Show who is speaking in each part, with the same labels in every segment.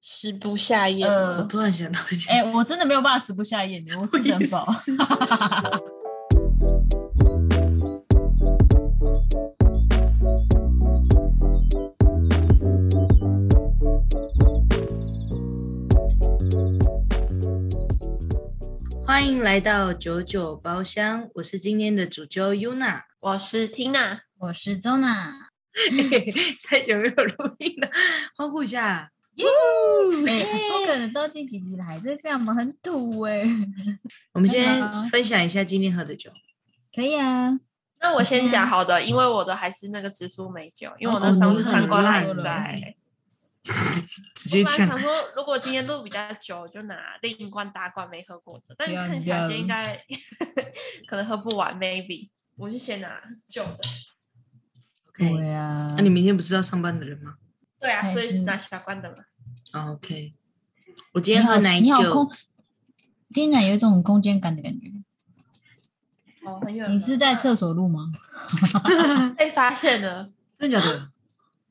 Speaker 1: 食不下咽。
Speaker 2: 我
Speaker 3: 呃，
Speaker 2: 突然想到一 件
Speaker 3: 哎、我真的没有办法食不下咽的，我吃得很饱。
Speaker 2: 欢迎来到九九包厢，我是今天的主 揪 Yuna。
Speaker 1: 我是 Tina，
Speaker 3: 我是周娜，
Speaker 2: 太久没有录音了，欢呼一下！
Speaker 3: 哎、不可能到近几集了还在这样吗？很土哎、
Speaker 2: 我们
Speaker 3: 干嘛
Speaker 2: 先分享一下今天喝的酒。
Speaker 3: 可以啊，
Speaker 1: 那我先讲
Speaker 3: 嗯
Speaker 1: 好的，因为我的还是那个紫苏美酒，因为我
Speaker 3: 哦
Speaker 1: 那上次
Speaker 3: 你
Speaker 1: 三观
Speaker 3: 很
Speaker 1: 烂
Speaker 3: 烂
Speaker 1: 在。
Speaker 2: 直
Speaker 1: 我本来想说，如果今天录比较久，就拿另一罐大罐没喝过的，但
Speaker 3: 不要
Speaker 1: 看起
Speaker 3: 你不
Speaker 1: 来
Speaker 3: 要
Speaker 1: 今天应该 可能喝不完，maybe。我就先拿旧的，
Speaker 2: OK，
Speaker 3: 对啊，
Speaker 2: 那你明天不是要上班的人吗
Speaker 1: 对啊，
Speaker 3: 哎
Speaker 1: 所以是
Speaker 3: 嗯
Speaker 1: 拿小罐的嘛。
Speaker 2: 哦？OK，我今
Speaker 3: 你
Speaker 2: 天喝
Speaker 3: 好，
Speaker 2: 奶
Speaker 3: 你好空
Speaker 2: 酒，
Speaker 3: 天哪，有一种空间感的感 觉。
Speaker 1: 哦，很远吗。
Speaker 3: 你是在厕所录吗？
Speaker 1: 被发现了？
Speaker 2: 真的 假的？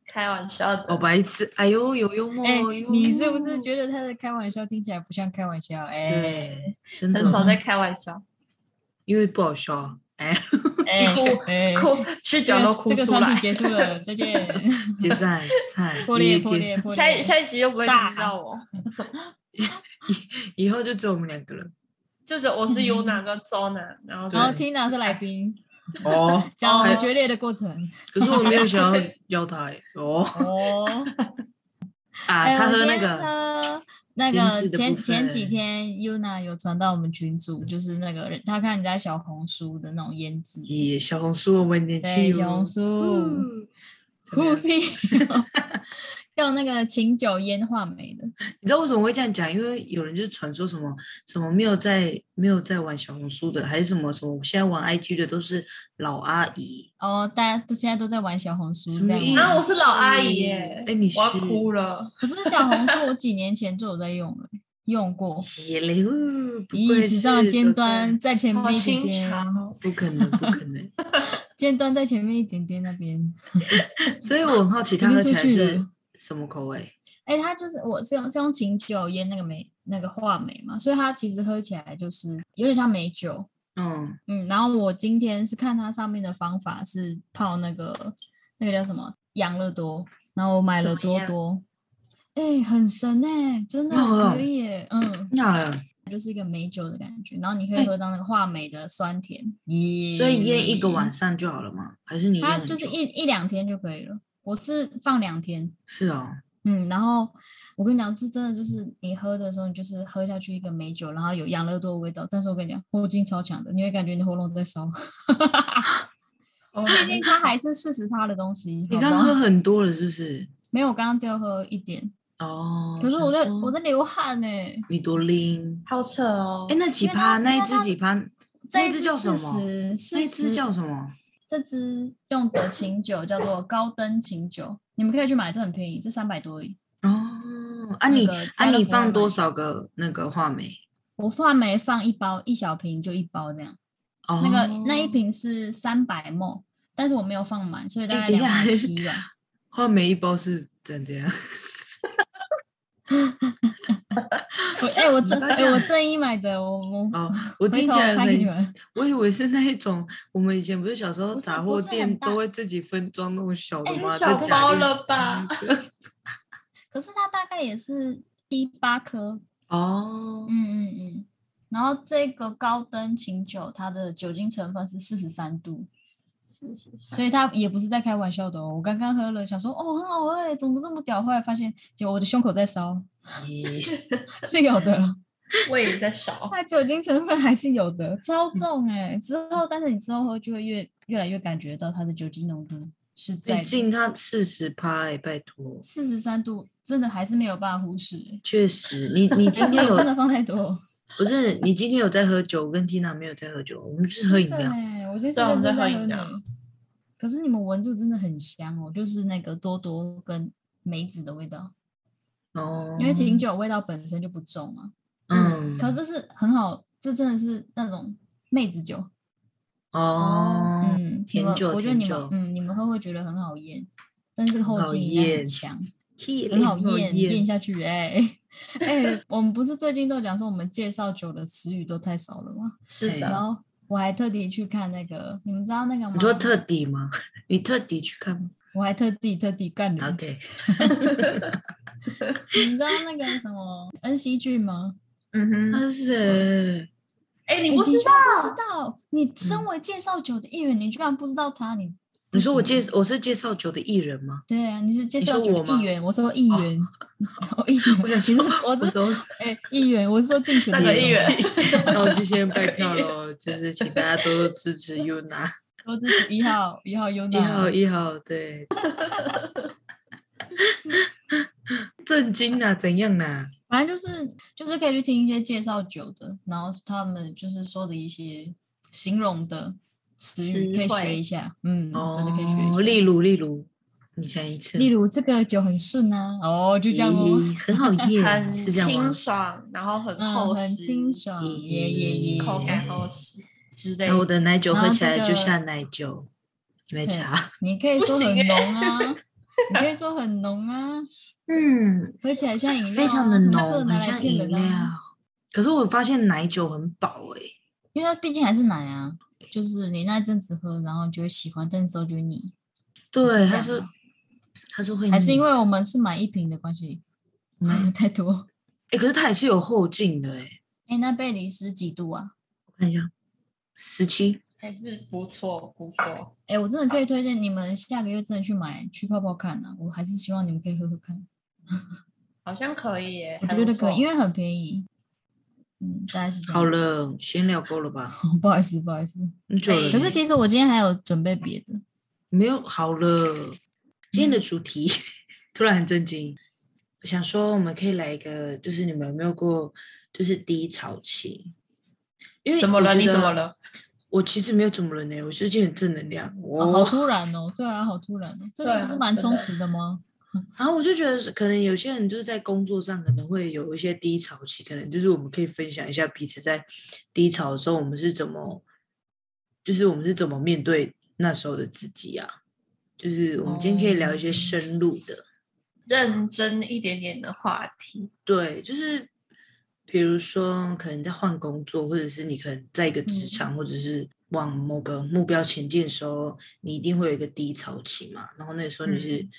Speaker 1: 开玩笑的
Speaker 3: 哦
Speaker 2: 我。白痴！哎呦，有幽默，
Speaker 3: 哎、
Speaker 2: 有幽默
Speaker 3: 你是不是觉得他在开玩笑？听起来不像开玩笑，哎、
Speaker 2: 对？真的
Speaker 1: 很，
Speaker 3: 嗯
Speaker 1: 少在开玩笑，
Speaker 2: 因为不好笑啊。哎，
Speaker 3: 哎
Speaker 1: 哭
Speaker 3: 哎
Speaker 1: 哭吃酒都哭
Speaker 3: 这
Speaker 1: 出
Speaker 3: 个
Speaker 1: 来
Speaker 3: 团体。结束了，再 见。
Speaker 2: 解散，散，
Speaker 3: 破裂，
Speaker 2: 解
Speaker 3: 破裂，
Speaker 2: 散
Speaker 3: 破裂。
Speaker 1: 下一下一集又不会
Speaker 3: 炸
Speaker 1: 听到我，
Speaker 2: 以后就只有我们两个了。
Speaker 1: 就是我是 Yuna 跟 Zona，然后
Speaker 2: 对
Speaker 3: 然后 Tina 是来宾，
Speaker 2: 哦，
Speaker 3: 讲我
Speaker 1: 哦
Speaker 3: 们决裂的过程。
Speaker 2: 可是我没有想要邀他哎。 哦
Speaker 3: 哦，哎
Speaker 2: 啊，他喝那个
Speaker 3: 个那
Speaker 2: 名
Speaker 3: 个
Speaker 2: 字的
Speaker 3: 前
Speaker 2: 部
Speaker 3: 前几
Speaker 2: 分
Speaker 3: 天 Yuna 有传到我们群组，就是那个人，他看人家小红书的那种胭脂，
Speaker 2: 耶，小红书我们哦年
Speaker 3: 对，
Speaker 2: 轻
Speaker 3: 小红书，
Speaker 2: 嗯怎么
Speaker 3: 酷
Speaker 2: 样
Speaker 3: 毙，用那个琴酒烟画眉的，
Speaker 2: 你知道为什么会这样讲？因为有人就是传说什么什么没有在没有在玩小红书的，还是什么什么现在玩 IG 的都是老阿姨。
Speaker 3: 哦，大家都现在都在玩小红书
Speaker 2: 什
Speaker 3: 这
Speaker 2: 么
Speaker 3: 样
Speaker 2: 意
Speaker 3: 吗
Speaker 1: 啊，我
Speaker 2: 思？
Speaker 1: 是老阿姨耶，
Speaker 2: 哎，你是
Speaker 1: 我要哭了，
Speaker 3: 可是小红书我几年前就有在用了，用过，
Speaker 2: 耶嘞！哦不
Speaker 3: 以
Speaker 2: 愧
Speaker 3: 时
Speaker 2: 是
Speaker 3: 尚尖
Speaker 2: 走在
Speaker 3: 端在前
Speaker 1: 好哦
Speaker 3: 面一点
Speaker 1: 新
Speaker 3: 点，
Speaker 1: 潮。
Speaker 2: 不可能，不可 能。
Speaker 3: 尖端在前面一点点那边。
Speaker 2: 所以我很好奇，他喝起来
Speaker 3: 已经出去
Speaker 2: 是
Speaker 3: 了
Speaker 2: 什么口味？
Speaker 3: 哎、它就是我是用是用琴酒腌那个梅那个话梅嘛，所以它其实喝起来就是有点像梅酒。
Speaker 2: 嗯，
Speaker 3: 嗯，然后我今天是看它上面的方法是泡那个那个叫什么养乐多，然后我买
Speaker 1: 什
Speaker 3: 了
Speaker 1: 么
Speaker 3: 多
Speaker 1: 样
Speaker 3: 多，哎、很神哎、真的
Speaker 2: 哇
Speaker 3: 可以耶、嗯，
Speaker 2: 那
Speaker 3: 就是一个梅酒的感觉，然后你可
Speaker 2: 哎
Speaker 3: 以喝到那个话梅的酸甜，耶、
Speaker 2: 所以腌一个晚上就好了吗？还是你腌
Speaker 3: 它
Speaker 2: 很久？
Speaker 3: 就是一一两天就可以了，我是放两天，
Speaker 2: 是哦，
Speaker 3: 嗯，然后我跟你讲，这真的就是你喝的时候，你就是喝下去一个美酒，然后有养乐多的味道。但是我跟你讲，后劲超强的，你会感觉你喉咙在烧，
Speaker 1: 哦
Speaker 3: 毕竟它还是四十趴的东西，
Speaker 2: 你
Speaker 3: 好
Speaker 2: 刚刚喝
Speaker 3: 吗？
Speaker 2: 很多了是不是？
Speaker 3: 没有，我刚刚只有喝一点，
Speaker 2: 哦，
Speaker 3: 哦可是我
Speaker 2: 想
Speaker 3: 在
Speaker 2: 说
Speaker 3: 我在流汗呢、
Speaker 2: 你多拎。
Speaker 1: 好扯哦
Speaker 2: 哎，，那几
Speaker 3: 因为
Speaker 2: 趴？
Speaker 3: 它
Speaker 2: 那一
Speaker 3: 因为
Speaker 2: 只
Speaker 3: 它
Speaker 2: 几趴？
Speaker 3: 这
Speaker 2: 那
Speaker 3: 一
Speaker 2: 只
Speaker 3: 支
Speaker 2: 叫什
Speaker 3: 四
Speaker 2: 么？
Speaker 3: 十，
Speaker 2: 那
Speaker 3: 四
Speaker 2: 一只
Speaker 3: 十
Speaker 2: 叫什么？
Speaker 3: 这支用的琴酒叫做高登琴酒，你们可以去买，这很便宜，这三百多而已。
Speaker 2: 哦，啊
Speaker 3: 那
Speaker 2: 你
Speaker 3: 个
Speaker 2: 啊
Speaker 3: 家乐
Speaker 2: 你
Speaker 3: 福外
Speaker 2: 放多
Speaker 3: 卖
Speaker 2: 少个那个话梅？
Speaker 3: 我话梅放一包，一小瓶就一包这样。
Speaker 2: 哦，
Speaker 3: 那个那一瓶是三百沫，但是我没有放满，所以大
Speaker 2: 哎
Speaker 3: 概
Speaker 2: 等一
Speaker 3: 两
Speaker 2: 下
Speaker 3: 百七吧。
Speaker 2: 话梅一包是怎这样？
Speaker 3: 我哎、我
Speaker 2: 你
Speaker 3: 正
Speaker 2: 发
Speaker 3: 哎、
Speaker 2: 现
Speaker 3: 我正一买的，我我
Speaker 2: 哦，我
Speaker 3: 回
Speaker 2: 听
Speaker 3: 头
Speaker 2: 起来
Speaker 3: 拍给你
Speaker 2: 很，
Speaker 3: 们。
Speaker 2: 我以为是那一种，我们以前不是小时候
Speaker 3: 不是
Speaker 2: 杂
Speaker 3: 不
Speaker 2: 货
Speaker 3: 是很
Speaker 2: 店
Speaker 3: 大
Speaker 2: 都会自己分装那种小的
Speaker 1: 哎
Speaker 2: 吗？
Speaker 1: 小
Speaker 2: 再加
Speaker 1: 包
Speaker 2: 一
Speaker 1: 了吧？
Speaker 3: 可是它大概也是七八颗，
Speaker 2: 哦
Speaker 3: 嗯，嗯嗯。然后这个高登琴酒，它的酒精成分是四十三度，所以它也不是在开玩笑的哦。我刚刚喝了，想说哦很好喝耶，怎么这么屌？后来发现，结果我的胸口在烧，
Speaker 2: 咦
Speaker 3: 是有的。
Speaker 1: 胃也在烧。
Speaker 3: 它酒精成分还是有的，超重哎、之后，但是你之后喝就会越越来越感觉到它的酒精浓度是在
Speaker 2: 毕竟它四十趴哎，拜托，
Speaker 3: 四十三度，真的还是没有办法忽视、欸。
Speaker 2: 确实， 你你今
Speaker 3: 但是我哎
Speaker 2: 天
Speaker 3: 真
Speaker 2: 有
Speaker 3: 的放太多，
Speaker 2: 不是你今天有在喝酒？我跟 Tina 没有在喝酒，我们就是喝饮
Speaker 3: 真的
Speaker 2: 料。
Speaker 3: 欸我现
Speaker 1: 对
Speaker 3: 在
Speaker 1: 啊我
Speaker 3: 是
Speaker 1: 们在
Speaker 3: 认真
Speaker 1: 喝
Speaker 3: 在
Speaker 1: 饮
Speaker 3: 喝
Speaker 1: 料
Speaker 3: 呢。可是你们闻着真的很香哦，就是那个多多跟梅子的味道，
Speaker 2: 哦，
Speaker 3: 因为琴酒味道本身就不重嘛。
Speaker 2: 嗯，
Speaker 3: 可是这是很好，这真的是那种妹子酒，
Speaker 2: 哦，
Speaker 3: 嗯，
Speaker 2: 甜
Speaker 3: 你们
Speaker 2: 酒
Speaker 3: 我觉得你
Speaker 2: 甜
Speaker 3: 们
Speaker 2: 酒
Speaker 3: 嗯，你们喝会觉得很好咽，但是这个
Speaker 2: 很
Speaker 3: 后
Speaker 2: 好
Speaker 3: 劲应该
Speaker 2: 咽
Speaker 3: 很强。很
Speaker 2: 很
Speaker 3: 好咽咽下去哎、 哎、我们不是最近都讲说我们介绍酒的词语都太少了吗？
Speaker 1: 是
Speaker 2: 对
Speaker 3: 然
Speaker 1: 的，
Speaker 3: 后我还特地去看那个，你们知道那个吗？
Speaker 2: 嗯你说特底吗？ 你特底去看吗
Speaker 3: 我还特地特地干了。
Speaker 2: 啊？OK，
Speaker 3: 你们知道那个什么恩熙俊吗？
Speaker 1: 嗯哼，
Speaker 2: 他是谁？
Speaker 1: 哎，
Speaker 3: 哎
Speaker 1: 你不知
Speaker 3: 居
Speaker 1: 道？
Speaker 3: 然不知道？你身为介绍酒的一员，你居然不知道他？你
Speaker 2: 嗯你说我介
Speaker 3: 绍？
Speaker 2: 我是介绍酒的艺人吗？
Speaker 3: 对啊，你是介
Speaker 2: 你
Speaker 3: 绍
Speaker 2: 说
Speaker 3: 酒
Speaker 2: 我
Speaker 3: 的
Speaker 2: 吗
Speaker 3: 议员，我说议 员，哦议员，
Speaker 2: 我想
Speaker 3: 其实
Speaker 2: 说，
Speaker 3: 我是
Speaker 2: 说，
Speaker 3: 哎议员，我是说竞选
Speaker 1: 那
Speaker 3: 的
Speaker 1: 个议员，
Speaker 2: 那我就先拜票 喽，就是请大家多多支持 UNA
Speaker 3: 我支持一号一号优
Speaker 2: 一号
Speaker 3: 娜，
Speaker 2: 一号，对，震惊啊，怎样啦？
Speaker 3: 反正就是就是可以去听一些介绍酒的，然后他们就是说的一些形容的词语，
Speaker 1: 词
Speaker 3: 可以
Speaker 1: 汇
Speaker 3: 学一下，嗯，真的可以
Speaker 2: 哦
Speaker 3: 学
Speaker 2: 例
Speaker 3: 一下。
Speaker 2: 如例如，你想一次，
Speaker 3: 例如这个酒很顺啊，哦，就这样哦，
Speaker 2: 咦 很好咽，
Speaker 1: 很
Speaker 2: 是这样吗
Speaker 1: 清？爽，然后很
Speaker 3: 嗯，
Speaker 1: 厚
Speaker 3: 很
Speaker 1: 实，嗯
Speaker 3: 清爽，耶耶耶，
Speaker 1: 口感厚实之类
Speaker 2: 然哎后我
Speaker 1: 的。
Speaker 2: 的奶酒
Speaker 3: 然
Speaker 2: 喝
Speaker 3: 后
Speaker 2: 起
Speaker 3: 这
Speaker 2: 来
Speaker 3: 个
Speaker 2: 就像奶酒，没
Speaker 3: 对
Speaker 2: 茶。
Speaker 3: 你可以
Speaker 1: 不
Speaker 3: 说很
Speaker 1: 行欸
Speaker 3: 浓 啊，你可以说很浓啊，
Speaker 2: 嗯，
Speaker 3: 喝起来像饮料、啊，
Speaker 2: 非常的
Speaker 3: 很适合
Speaker 2: 浓，
Speaker 3: 拿
Speaker 2: 很
Speaker 3: 来
Speaker 2: 像
Speaker 3: 骗
Speaker 2: 饮
Speaker 3: 人
Speaker 2: 料
Speaker 3: 啊。。
Speaker 2: 可是我发现奶酒很饱欸诶、
Speaker 3: 因为它毕竟还是奶啊，就是你那一阵子喝，然后你就会喜欢，但是之后就会腻。
Speaker 2: 对，
Speaker 3: 是这
Speaker 2: 它
Speaker 3: 样
Speaker 2: 是
Speaker 3: 吗
Speaker 2: 它是会腻，
Speaker 3: 还是因为我们是买一瓶的关系，
Speaker 2: 嗯
Speaker 3: 太多。
Speaker 2: 诶、可是它也是有后劲的诶、
Speaker 3: 哎、那贝里斯几度啊？
Speaker 2: 我看一下，十七，
Speaker 1: 还是不错，不错。
Speaker 3: 哎、我真的可以推荐你们下个月真的去买去泡泡看啊！我还是希望你们可以喝喝看，
Speaker 1: 好像可以耶，
Speaker 3: 我
Speaker 1: 还
Speaker 3: 觉得
Speaker 1: 不
Speaker 3: 可以，
Speaker 1: 错
Speaker 3: 因为很便宜。嗯，大概是这样。
Speaker 2: 好，了，闲聊够了吧？
Speaker 3: 不好意思，不好意思。
Speaker 2: 很久了
Speaker 1: 哎
Speaker 2: 没，
Speaker 3: 可是其实我今天还有准备别的，
Speaker 2: 没有好了。今天的主题 突然很震惊，我想说我们可以来一个，就是你们有没有过就是低潮期？因为
Speaker 1: 怎么
Speaker 2: 我
Speaker 1: 了？
Speaker 2: 觉
Speaker 1: 你怎么
Speaker 2: 得
Speaker 1: 了？
Speaker 2: 我其实没有怎么了呢，我最近很正能量。我、
Speaker 3: 哦、好突然哦，对啊，好突然哦，这个
Speaker 1: 对
Speaker 3: 不
Speaker 1: 啊
Speaker 3: 是蛮
Speaker 1: 真
Speaker 3: 充
Speaker 1: 的
Speaker 3: 实的吗？
Speaker 2: 然后我就觉得是，可能有些人就是在工作上可能会有一些低潮期，可能就是我们可以分享一下彼此在低潮的时候，我们是怎么，就是我们是怎么面对那时候的自己啊。就是我们今天可以聊一些
Speaker 3: 哦
Speaker 2: 深入的，
Speaker 1: 认真一点点的话题，
Speaker 2: 对，就是比如说可能在换工作，或者是你可能在一个职场，或者是往某个目标前进的时候，你一定会有一个低潮期嘛。然后那时候你是
Speaker 1: 嗯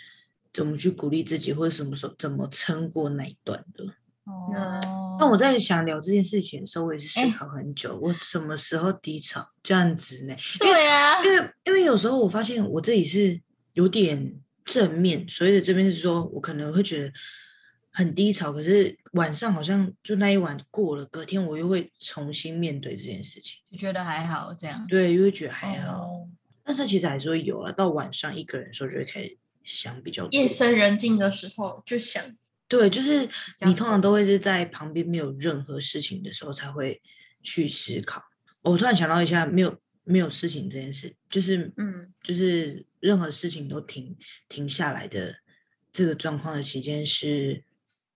Speaker 2: 怎么去鼓励自己，或者什么时候怎么撑过那一段的？
Speaker 3: 哦，
Speaker 2: 那我在想聊这件事情的时候，我也是
Speaker 3: 哎
Speaker 2: 思考很久，我什么时候低潮这样子呢？
Speaker 3: 对啊，
Speaker 2: 因为因为有时候我发现我自己是有点正面，所以的这边是说我可能会觉得很低潮，可是晚上好像就那一晚过了，隔天我又会重新面对这件事情，
Speaker 3: 就觉得还好这样。
Speaker 2: 对，又会觉得还好。
Speaker 1: 哦
Speaker 2: 但是其实还是会有了，啊到晚上一个人的时候就会开始想比较多
Speaker 1: 夜。深人静的时候就想，
Speaker 2: 对，就是
Speaker 1: 这
Speaker 2: 你
Speaker 1: 样
Speaker 2: 通常都会是在旁边没有任何事情的时候才会去思考。哦我突然想到一下，没有没有事情这件事，就是
Speaker 1: 嗯，
Speaker 2: 就是任何事情都停停下来的这个状况的期间是，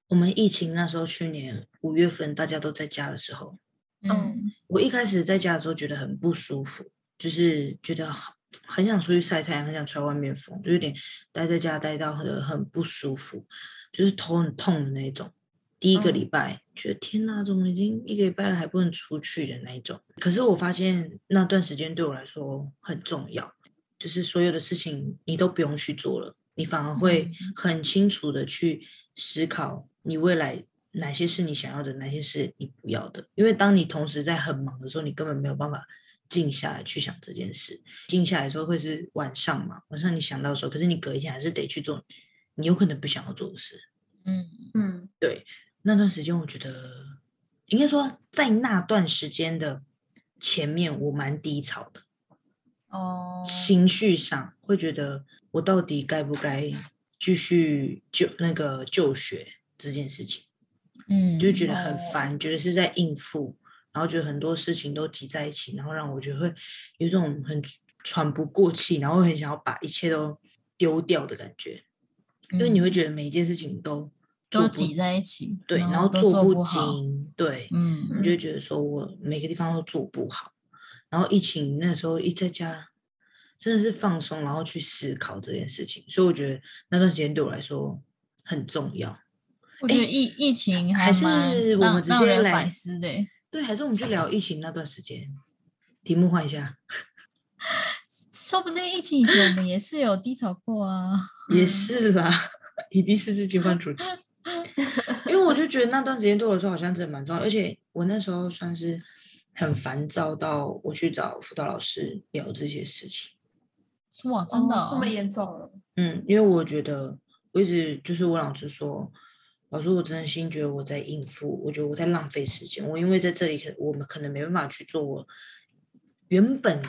Speaker 2: 我们疫情那时候去年五月份大家都在家的时候，
Speaker 1: 哦
Speaker 3: 嗯，
Speaker 2: 我一开始在家的时候觉得很不舒服，就是觉得好很想出去晒太阳，很想吹外面风，就有点待在家待到很很不舒服，就是头很痛的那种。第一
Speaker 1: 嗯
Speaker 2: 个礼拜、觉得天哪，怎么已经一个礼拜了还不能出去的那一种？可是我发现那段时间对我来说很重要，就是所有的事情你都不用去做了，你反而会
Speaker 3: 嗯
Speaker 2: 很清楚的去思考你未来哪些是你想要的，哪些是你不要的。因为当你同时在很忙的时候，你根本没有办法静下来去想这件事。静下来的时候会是晚上嘛，晚上你想到的时候，可是你隔一天还是得去做你有可能不想要做的事。
Speaker 3: 嗯，
Speaker 1: 嗯，
Speaker 2: 对，那段时间我觉得，应该说在那段时间的前面，我蛮低潮的。
Speaker 3: 哦，
Speaker 2: 情绪上会觉得我到底该不该继续就那个就学这件事情，
Speaker 3: 嗯，
Speaker 2: 就觉得很
Speaker 1: 哦
Speaker 2: 烦，觉得是在应付，然后觉得很多事情都挤在一起，然后让我觉得会有一种很喘不过气，然后很想要把一切都丢掉的感觉，因为你会
Speaker 3: 嗯
Speaker 2: 觉得每一件事情都
Speaker 3: 都
Speaker 2: 做不
Speaker 3: 挤在一起，
Speaker 2: 对，然后
Speaker 3: 都
Speaker 2: 做
Speaker 3: 不
Speaker 2: 不
Speaker 3: 好，
Speaker 2: 精，对，
Speaker 3: 嗯，
Speaker 2: 你就会觉得说我每个地方都做不好。然后疫情那时候一在家，真的是放松，然后去思考这件事情。所以我觉得那段时间对我来说很重要。
Speaker 3: 我觉得疫、疫情
Speaker 2: 还是
Speaker 3: 蛮
Speaker 2: 我
Speaker 3: 让
Speaker 2: 们直
Speaker 3: 让
Speaker 2: 接
Speaker 3: 人
Speaker 2: 来
Speaker 3: 反思的欸。
Speaker 2: 对，还是我们去聊疫情那段时间，题目换一下，
Speaker 3: 说不定疫情以前我们也是有低潮过啊。
Speaker 2: 也
Speaker 1: 嗯
Speaker 2: 是啦， 一定是自己换主题。因为我就觉得那段时间对我来说好像真的蛮重要，而且我那时候算是很烦躁到我去找辅导老师聊这些事情。
Speaker 3: 哇，真的、
Speaker 1: 哦这
Speaker 3: 哦
Speaker 1: 么严重了，
Speaker 2: 嗯，因为我觉得我一直就是我老师说，老师我真的心觉得我在应付，我觉得我在浪费时间。我因为在这里可我们可能没办法去做我原本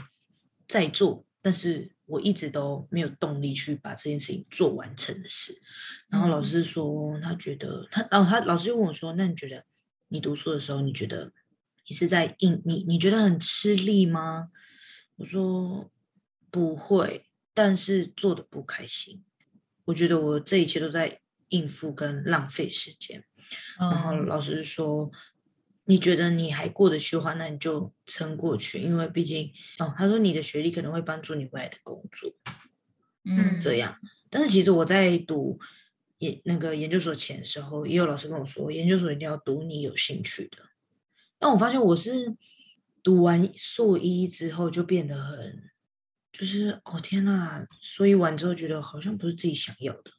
Speaker 2: 在做，但是我一直都没有动力去把这件事情做完成的事。然后老
Speaker 3: 嗯
Speaker 2: 师说他觉得他，然后他老师就问我说，那你觉得你读书的时候，你觉得你是在应你你觉得很吃力吗？我说不会，但是做的不开心。我觉得我这一切都在应付跟浪费时间。然后
Speaker 3: 嗯，
Speaker 2: 老师说，你觉得你还过得去的话，那你就撑过去，因为毕竟哦，他说你的学历可能会帮助你未来的工作。
Speaker 3: 嗯，
Speaker 2: 这样。但是其实我在读研那个研究所前的时候，也有老师跟我说，研究所一定要读你有兴趣的。但我发现我是读完硕一之后就变得很，就是哦天呐，硕一完之后觉得好像不是自己想要的，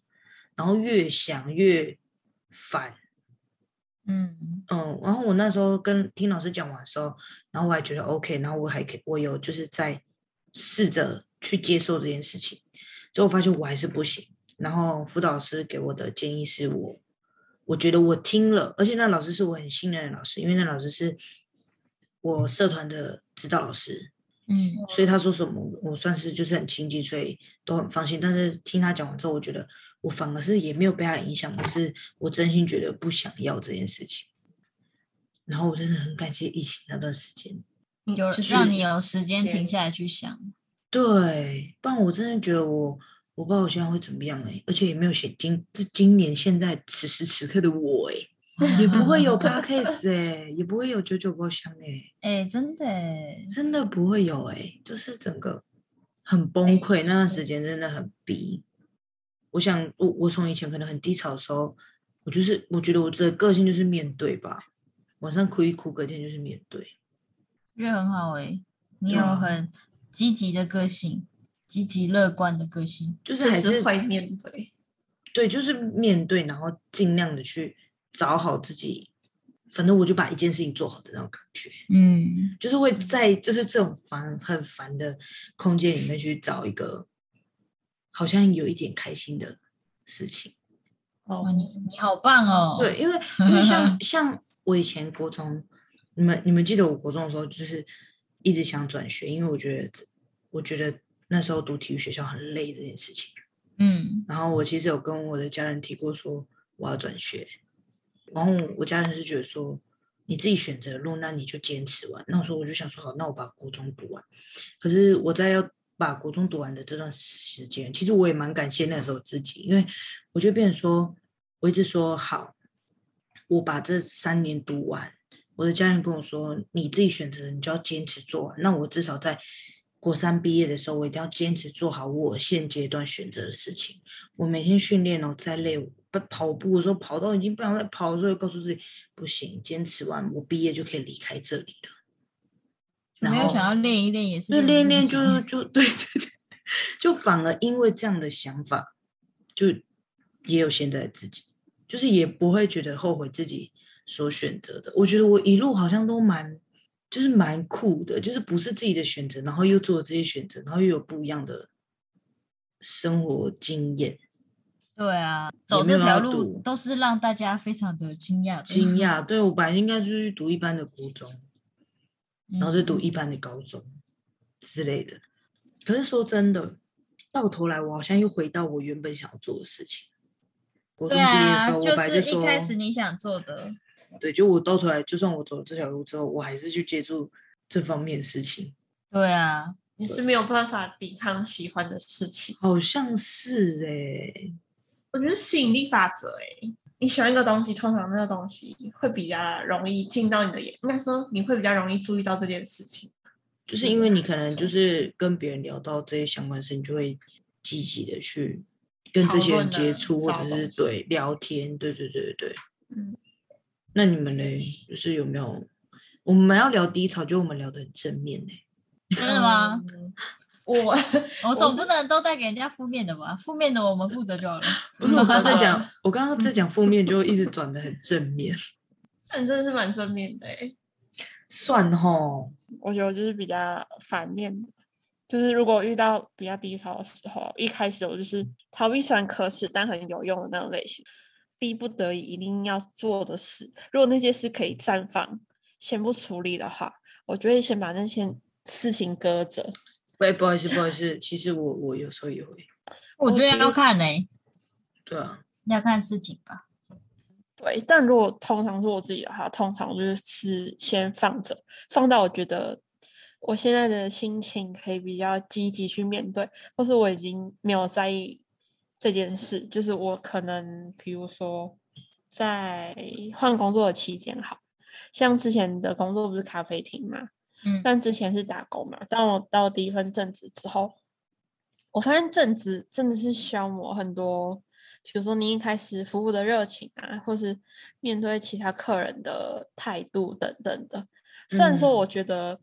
Speaker 2: 然后越想越烦。
Speaker 3: 嗯，
Speaker 2: 嗯，然后我那时候跟听老师讲完的时候，然后我还觉得 OK，然后我还可以，我有就是在试着去接受这件事情，结果发现我还是不行。然后辅导师给我的建议是我，我觉得我听了，而且那老师是我很信任的老师，因为那老师是我社团的指导老师，
Speaker 3: 嗯，
Speaker 2: 所以他说什么我算是就是很亲近，所以都很放心。但是听他讲完之后，我觉得我反而是也没有被他影响，可是我真心觉得不想要这件事情。然后我真的很感谢疫情那段时间，
Speaker 1: 你
Speaker 3: 有
Speaker 2: 就是
Speaker 3: 让你有时间
Speaker 1: 先
Speaker 3: 停下来去想。
Speaker 2: 对，不然我真的觉得我我不知道我现在会怎么样哎、而且也没有写今这今年现在此时此刻的我哎、 也不 会有 podcast 哎、也不会有九九包厢哎、
Speaker 3: 哎、真的欸，
Speaker 2: 真的不会有哎、就是整个很崩溃，那段时
Speaker 1: 哎是
Speaker 2: 间真的很逼。我想，我我从以前可能很低潮的时候，我就是我觉得我的个性就是面对吧，晚上哭一哭，隔天就是面对。
Speaker 3: 我觉得很好哎、你
Speaker 2: 对
Speaker 3: 有
Speaker 2: 啊
Speaker 3: 很积极的个性，积极乐观的个性。
Speaker 2: 就是
Speaker 1: 只
Speaker 2: 还
Speaker 1: 是
Speaker 2: 是
Speaker 1: 会面对，
Speaker 2: 对，就是面对，然后尽量的去找好自己，反正我就把一件事情做好的那种感觉，
Speaker 3: 嗯，
Speaker 2: 就是会在就是这种烦很烦的空间里面去找一个好像有一点开心的事情。
Speaker 1: 哦
Speaker 3: 哇，你你好棒哦。
Speaker 2: 对，，因为因为像像我以前国中，你们你们记得我国中的时候，就是一直想转学，因为我觉得这我觉得那时候读体育学校很累这件事情。
Speaker 3: 嗯
Speaker 2: 然后我其实有跟我的家人提过说我要转学，然后我家人是觉得说你自己选择的路，那你就坚持完。那时候我就想说好，那我把国中读完。可是我在要把国中读完的这段时间，其实我也蛮感谢那时候自己，因为我就变成说，我一直说好，我把这三年读完。我的家人跟我说，你自己选择的，你就要坚持做完。那我至少在国三毕业的时候，我一定要坚持做好我现阶段选择的事情。我每天训练哦，再累，不跑步的时候跑到已经不想再跑的时候，告诉自己不行，坚持完，我毕业就可以离开这里了。
Speaker 3: 就
Speaker 2: 然
Speaker 3: 没有
Speaker 2: 后
Speaker 3: 想要练一练也是
Speaker 2: 所以
Speaker 3: 很
Speaker 2: 练一
Speaker 3: 积
Speaker 2: 练
Speaker 3: 极
Speaker 2: 就就 对对对，就反而因为这样的想法，就也有现在的自己，就是也不会觉得后悔自己所选择的。我觉得我一路好像都蛮就是蛮酷的，就是不是自己的选择，然后又做了这些选择，然后又有不一样的生活经验，
Speaker 3: 对啊，走
Speaker 2: 没有
Speaker 3: 这条
Speaker 2: 要
Speaker 3: 路
Speaker 2: 读
Speaker 3: 都是让大家非常的惊讶的，
Speaker 2: 惊讶。对我本来应该就是去读一般的国中，
Speaker 3: 嗯，
Speaker 2: 然后再读一般的高中之类的。可是说真的，到头来我好像又回到我原本想要做的事情。国中
Speaker 3: 对
Speaker 2: 毕业的时
Speaker 3: 啊，
Speaker 2: 候，
Speaker 3: 就
Speaker 2: 我本来
Speaker 3: 是
Speaker 2: 说，
Speaker 3: 一开始你想做的，
Speaker 2: 对，就我到头来，就算我走了这条路之后，我还是去接触这方面的事情，
Speaker 3: 对啊，
Speaker 1: 你是没有办法抵抗喜欢的事情。
Speaker 2: 好像是哎、
Speaker 1: 我觉得吸引力法则、欸，你喜欢一个东西，通常那个东西会比较容易进到你的眼，应该说你会比较容易注意到这件事情。
Speaker 2: 就是因为你可能就是跟别人聊到这些相关的事情，你就会积极的去跟
Speaker 1: 讨
Speaker 2: 这些人
Speaker 1: 论的
Speaker 2: 接触，或
Speaker 1: 少
Speaker 2: 者
Speaker 1: 东
Speaker 2: 是
Speaker 1: 西
Speaker 2: 对聊天，对对对对对。
Speaker 1: 嗯，
Speaker 2: 那你们嘞，就是有没有？我们要聊低潮，就我们聊得很正面 呢、
Speaker 3: 真的吗？
Speaker 1: 嗯？我
Speaker 3: 我
Speaker 1: 我
Speaker 3: 总
Speaker 1: 是
Speaker 3: 不能都带给人家负面的吧？负面的我们负责就好了。
Speaker 2: 不是我刚刚在
Speaker 1: 真的
Speaker 2: 讲，我刚刚在讲负面，就一直转的很正面，
Speaker 1: 那你真的是蛮正面的欸
Speaker 2: 算吼。
Speaker 4: 我觉得我就是比较反面的，就是如果遇到比较低潮的时候，一开始我就是逃避虽然可耻但很有用的那种类型，逼不得已一定要做的事，如果那些事可以暂放，先不处理的话，我就会先把那些事情搁着。
Speaker 2: 喂，不好意思，不好意思，其实我我有时候也会，
Speaker 3: 我觉得要看呢、欸
Speaker 2: 对啊，
Speaker 3: 要看事情吧。
Speaker 4: 对，但如果通常是我自己的话，通常我就是是先放着，放到我觉得我现在的心情可以比较积极去面对，或是我已经没有在意这件事，就是我可能比如说在换工作的期间，好像之前的工作不是咖啡厅嘛，
Speaker 3: 嗯，
Speaker 4: 但之前是打工嘛，当我到第一份正职之后，我发现正职真的是消磨很多，比如说你一开始服务的热情啊，或是面对其他客人的态度等等的。虽然说，我觉得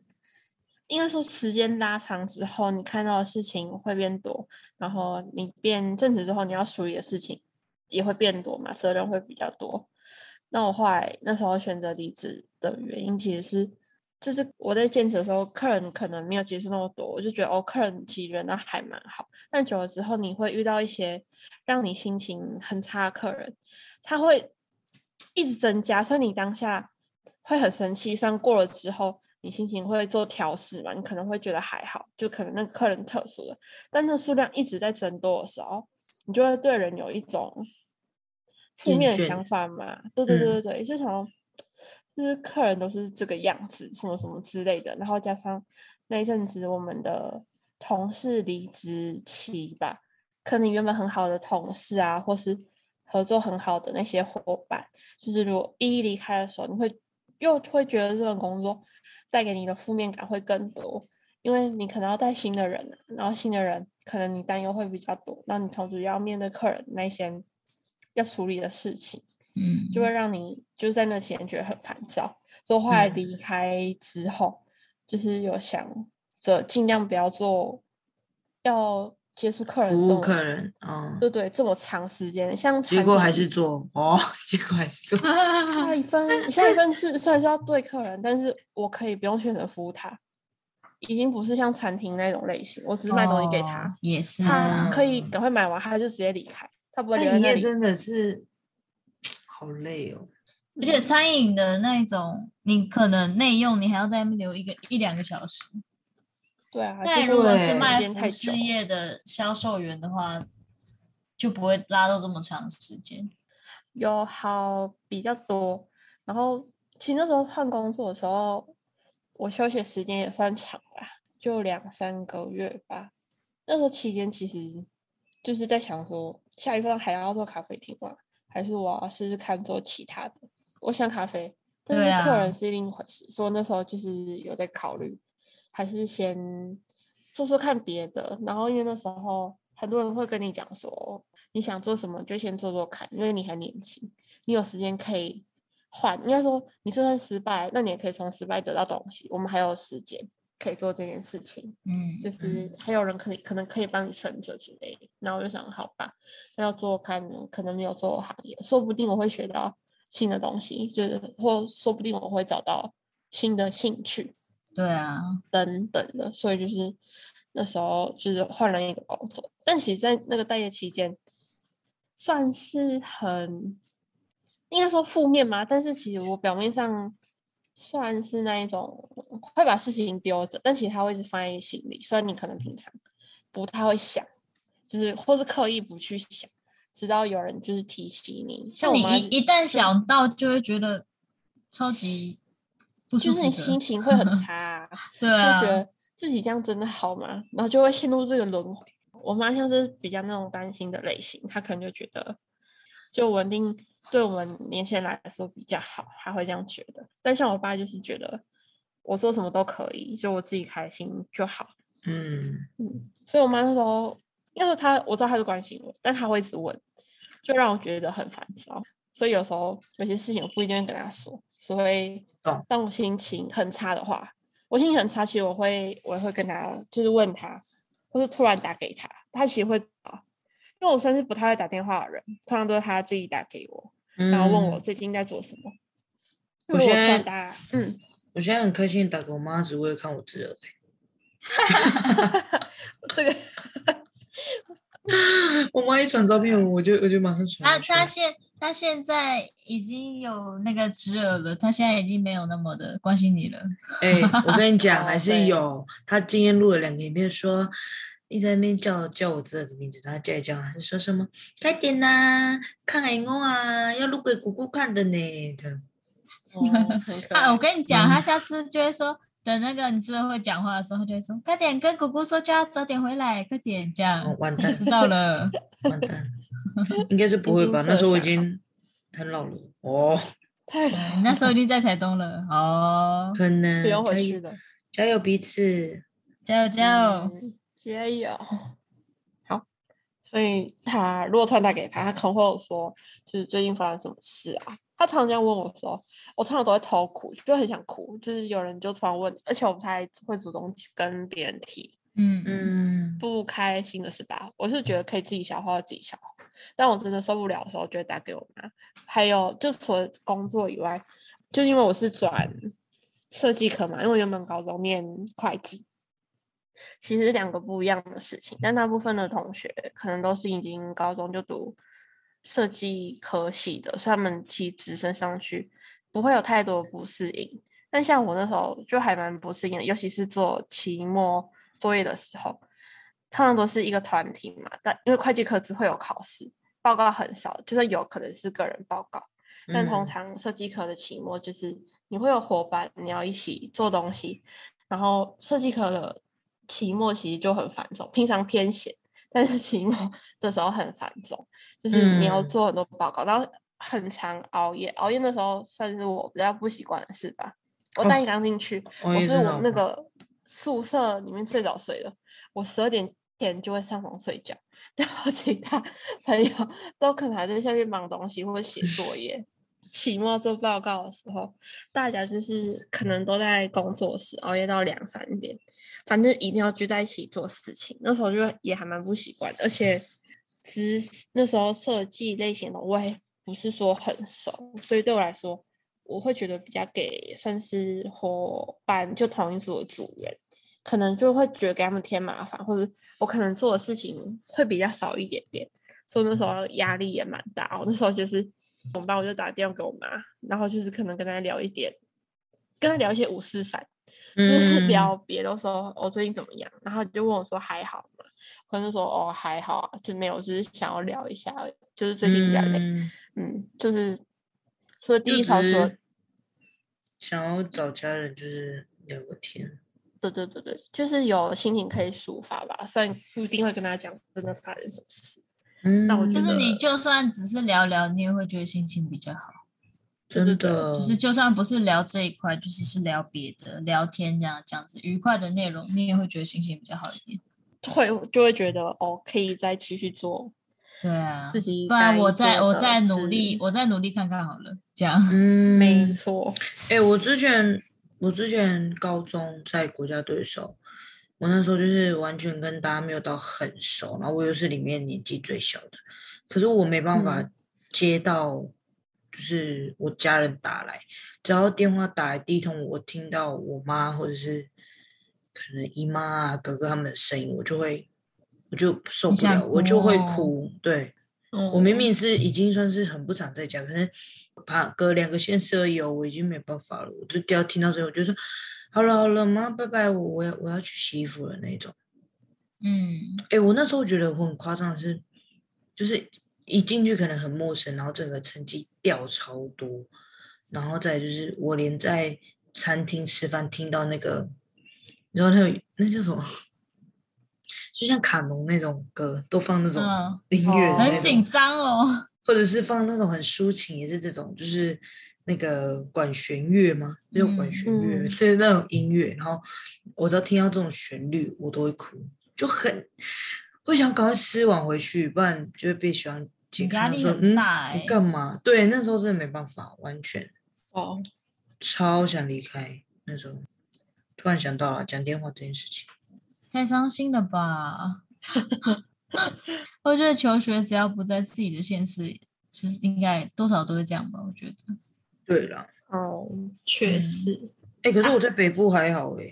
Speaker 4: 应该说时间拉长之后，你看到的事情会变多，然后你变正职之后，你要处理的事情也会变多嘛，责任会比较多。那我后来那时候选择离职的原因，其实是就是我在兼职的时候，客人可能没有接触那么多，我就觉得哦，客人其实人都还蛮好。但久了之后，你会遇到一些让你心情很差的客人，他会一直增加，所以你当下会很生气。虽然过了之后，你心情会做调试嘛，你可能会觉得还好，就可能那个客人特殊的，但那数量一直在增多的时候，你就会对人有一种负
Speaker 2: 厌
Speaker 4: 面的
Speaker 2: 倦
Speaker 4: 想法嘛。对对对
Speaker 2: 嗯
Speaker 4: 对对，就想说就是客人都是这个样子，什么什么之类的，然后加上那一阵子我们的同事离职期吧，可能原本很好的同事啊，或是合作很好的那些伙伴，就是如果一一离开的时候，你会又会觉得这份工作带给你的负面感会更多，因为你可能要带新的人啊，然后新的人可能你担忧会比较多，那你同时要面对客人那些要处理的事情。
Speaker 3: 嗯，
Speaker 4: 就会让你就在那期间觉得很烦躁。所以后来
Speaker 2: 嗯
Speaker 4: 离开之后，就是有想着尽量不要做，要接触客人
Speaker 2: 服
Speaker 4: 这
Speaker 2: 务
Speaker 4: 么
Speaker 2: 客，人，嗯，
Speaker 4: 对对，这么长时间，像
Speaker 2: 结
Speaker 4: 产
Speaker 2: 果
Speaker 4: 品
Speaker 2: 还是做哦， 结果还是做，
Speaker 4: 下一 份下一份是虽然是要对客人，但是我可以不用选择服务他，已经不是像餐厅那种类型，我只是卖东西给他，
Speaker 3: 哦也是
Speaker 4: 他嗯
Speaker 3: 啊，
Speaker 4: 可以赶快买完，他就直接离开，他不会
Speaker 2: 嗯那
Speaker 4: 留在
Speaker 2: 一
Speaker 4: 那
Speaker 2: 夜
Speaker 4: 里。
Speaker 2: 真的是 好累哦。
Speaker 3: 而且餐饮的那一种，你可能内用，你还要在那边留一个一两个小时。
Speaker 4: 对啊，
Speaker 3: 但
Speaker 4: 就是
Speaker 3: 如果
Speaker 4: 时
Speaker 3: 是卖
Speaker 4: 间太
Speaker 3: 服
Speaker 4: 久
Speaker 3: 饰。业的销售员的话，就不会拉到这么长时间。
Speaker 4: 有好比较多。然后其实那时候换工作的时候，我休息的时间也算长吧，就两三个月吧。那时候期间其实就是在想说，下一份还要做咖啡厅吗？还是我要试试看做其他的？我喜欢咖啡，但
Speaker 3: 对
Speaker 4: 是客
Speaker 3: 啊
Speaker 4: 人是另一回事，所以那时候就是有在考虑，还是先做做看别的。然后因为那时候很多人会跟你讲说，你想做什么就先做做看，因为你还年轻，你有时间可以换。应该说，你就算失败，那你也可以从失败得到东西。我们还有时间可以做这件事情，
Speaker 3: 嗯，
Speaker 4: 就是还有人可以可能可以帮你撑着之类的。然后我就想，好吧，那要做看，可能没有做行业，说不定我会学到新的东西，就是或说不定我会找到新的兴趣。
Speaker 3: 对啊，
Speaker 4: 等等的，所以就是那时候就是换了一个工作，但其实，在那个待业期间，算是很应该说负面嘛，但是其实我表面上算是那一种会把事情丢着，但其实他会一直放在心里，虽然你可能平常不太会想，就是或是刻意不去想，直到有人就是提醒你，像
Speaker 3: 像
Speaker 4: 我
Speaker 3: 你
Speaker 4: 妈
Speaker 3: 一一旦想到，就会觉得超级不舒
Speaker 4: 就是
Speaker 3: 服
Speaker 4: 你心
Speaker 3: 的。
Speaker 4: 情会 很差啊、
Speaker 3: 对
Speaker 4: 就
Speaker 3: 啊
Speaker 4: 觉，得自己这样真的好吗？然后就会陷入这个轮回。我妈像是比较那种担心的类型，她可能就觉得，就稳定对我们年轻人来说比较好，她会这样觉得。但像我爸就是觉得，我做什么都可以，就我自己开心就好。
Speaker 2: 嗯，
Speaker 4: 嗯，所以我妈那时候要是他，我知道他是关心我，但他会一直问，就让我觉得很烦躁。所以有时候有些事情我不一定会跟他说，所以
Speaker 2: 懂
Speaker 4: 当我心情很差的话，我心情很差，其实我会我也会跟他就是问他，或是突然打给他，他其实会找，因为我算是不太会打电话的人，通常都是他自己打给我，然后问我最近在做什么。
Speaker 2: 嗯
Speaker 4: 如
Speaker 2: 我
Speaker 4: 果
Speaker 2: 现
Speaker 4: 突
Speaker 2: 在
Speaker 4: 然打，嗯，
Speaker 2: 我现在很开心，打给我妈只为了看我侄儿。
Speaker 4: 这 个
Speaker 2: 我妈一传照片，我就我就马上传
Speaker 3: 他
Speaker 2: 回去。
Speaker 3: 他现他现在已经有那个侄儿了，他现在已经没有那么的关心你了。
Speaker 2: 哎、我跟你讲，
Speaker 4: 哦
Speaker 2: 还是
Speaker 4: 对
Speaker 2: 有。他今天录了两个影片说，一直在那边叫叫我侄儿的名字，然后叫一叫，他说什么“快点呐、看海我啊，要录给姑姑看的呢”这样。
Speaker 4: 哦很可
Speaker 3: 啊，
Speaker 4: 爱
Speaker 3: 我跟你讲，
Speaker 2: 嗯
Speaker 3: 他下次就会说，等那个你侄儿会讲话的时候，他就会说，快点跟姑姑说，叫他早点回来，快点这样。
Speaker 2: 哦完
Speaker 3: 他就
Speaker 2: 蛋
Speaker 3: 知道了。
Speaker 2: 完蛋，应该是不会吧？那 时候我已经很老了哦，
Speaker 4: 太
Speaker 3: 你那时候已经在台东了，哦，
Speaker 2: 可能
Speaker 4: 不用
Speaker 2: 加
Speaker 4: 回
Speaker 2: 油
Speaker 4: 去的。
Speaker 2: 加油彼此。
Speaker 3: 加油加油！
Speaker 4: 嗯也有。好，所以他如果突然打给他，他恐吓我说，就是最近发生什么事啊？他常常这样问我说，我常常都会偷哭，就很想哭，就是有人就突然问，而且我不太会主动去跟别人提
Speaker 3: 嗯嗯，
Speaker 2: 嗯，
Speaker 4: 不开心的事吧，我是觉得可以自己消化自己消化。但我真的受不了的时候，就会打给我妈。还有，就除了工作以外，就因为我是转设计科嘛，因为我原本高中念会计，其实是两个不一样的事情。但大部分的同学可能都是已经高中就读设计科系的，所以他们其实直升上去不会有太多不适应。但像我那时候就还蛮不适应的，尤其是做期末作业的时候，通常都是一个团体嘛，但因为会计科只会有考试，报告很少，就算有可能是个人报告。但通
Speaker 2: 嗯
Speaker 4: 常设计课的期末就是你会有伙伴，你要一起做东西，然后设计课的期末其实就很繁重，平常偏闲，但是期末 的时候很繁重，就是你要
Speaker 2: 嗯
Speaker 4: 做很多报告，然后很常熬夜，熬夜那时候算是我比较不习惯的事吧。我
Speaker 2: 哦
Speaker 4: 大一刚进去，
Speaker 2: 熬
Speaker 4: 我
Speaker 2: 夜
Speaker 4: 是
Speaker 2: 真的
Speaker 4: 我
Speaker 2: 好
Speaker 4: 那
Speaker 2: 棒
Speaker 4: 个宿舍里面最早睡的，我十二点前就会上床睡觉， 然后其他朋友都可能还在下去忙东西或者写作业。期末做报告的时候，大家就是可能都在工作室熬夜到两三点，反正一定要聚在一起做事情。那时候就也还蛮不习惯的，而且只是那时候设计类型的我也不是说很熟，所以对我来说，我会觉得比较给算是伙伴，就同一组的组员，可能就会觉得给他们添麻烦，或者我可能做的事情会比较少一点点，所以那时
Speaker 2: 嗯
Speaker 4: 候压力也蛮大。我那时候就是怎么办，我就打电话给我妈，然后就是可能跟她聊一点，跟她聊一些五四三，就是
Speaker 2: 嗯
Speaker 4: 聊别的时候，我、最近怎么样，然后就问我说还好吗？可能就说哦还好啊，就没有，只是想要聊一下而已，就是最近比较累，
Speaker 2: 嗯
Speaker 4: 嗯就是所以第
Speaker 2: 就
Speaker 4: 一条
Speaker 2: 只
Speaker 4: 说
Speaker 2: 是想要找家人就是聊个天，
Speaker 4: 对对对对，就是有心情可以抒发吧，虽然不一定会跟他讲真的发生什么事，
Speaker 2: 嗯，
Speaker 4: 那我觉
Speaker 3: 就
Speaker 4: 得
Speaker 3: 是你就算只是聊聊，你也会觉得心情比较好。
Speaker 2: 真
Speaker 4: 对对哦
Speaker 2: 的
Speaker 3: 就是就算不是聊这一块，就是是聊别的聊天这样这样子愉快的内容，你也会觉得心情比较好一点。
Speaker 4: 会就会觉得哦，可以再继续做
Speaker 3: 对啊，
Speaker 4: 自己
Speaker 3: 不
Speaker 4: 该做的事。
Speaker 3: 然我再我再努力，我再努力看看好了。这样，
Speaker 2: 嗯，
Speaker 4: 没错，
Speaker 2: 哎、我之前我之前高中在国家队的时候，我那时候就是完全跟大家没有到很熟，然后我又是里面年纪最小的，可是我没办
Speaker 3: 嗯
Speaker 2: 法接到，就是我家人打来，只要电话打来第一通，我听到我妈或者是可能姨妈啊、哥哥他们的声音，我就会我就受
Speaker 3: 你
Speaker 2: 不
Speaker 3: 想
Speaker 2: 了，我就会
Speaker 3: 哭哦
Speaker 2: 哭，对。我
Speaker 3: 我
Speaker 2: 明明是已经算是很不常在家，可是怕隔两个县市而已哦，我已经没办法了，我就只要听到这个，我就说好了好了，妈拜拜，我我要我要去洗衣服了那一种。
Speaker 3: 嗯，
Speaker 2: 哎，我那时候觉得我很夸张的是，就是一进去可能很陌生，然后整个成绩掉超多，然后再来就是我连在餐厅吃饭听到那个，你知道那个那叫什么？ 就像卡农那种歌，都放那种
Speaker 3: 嗯
Speaker 2: 音乐的
Speaker 4: 哦
Speaker 2: 那
Speaker 3: 很
Speaker 2: 种
Speaker 3: 紧张哦。
Speaker 2: 或者是放那种很抒情，也是这种，就是那个管弦乐吗？就管
Speaker 3: 嗯
Speaker 2: 弦乐，
Speaker 4: 嗯
Speaker 2: 就是那种音乐。然后我只要听到这种旋律，我都会哭，就很会想赶快吃完回去，不然就会被喜欢姐
Speaker 3: 压
Speaker 2: 看到
Speaker 3: 力
Speaker 2: 说
Speaker 3: 很大
Speaker 2: 嗯，
Speaker 3: 欸
Speaker 2: 你干嘛？对，那时候真的没办法，完全
Speaker 4: 哦，
Speaker 2: 超想离开。那时候突然想到了讲电话这件事情，
Speaker 3: 太伤心了吧？ 我觉得求学只要不在自己的县市，其实应该多少都会这样吧。我觉得
Speaker 2: 对啦，
Speaker 4: 哦，确
Speaker 3: 嗯
Speaker 4: 实，
Speaker 2: 哎、可是
Speaker 3: 啊
Speaker 2: 我在北部还好哎、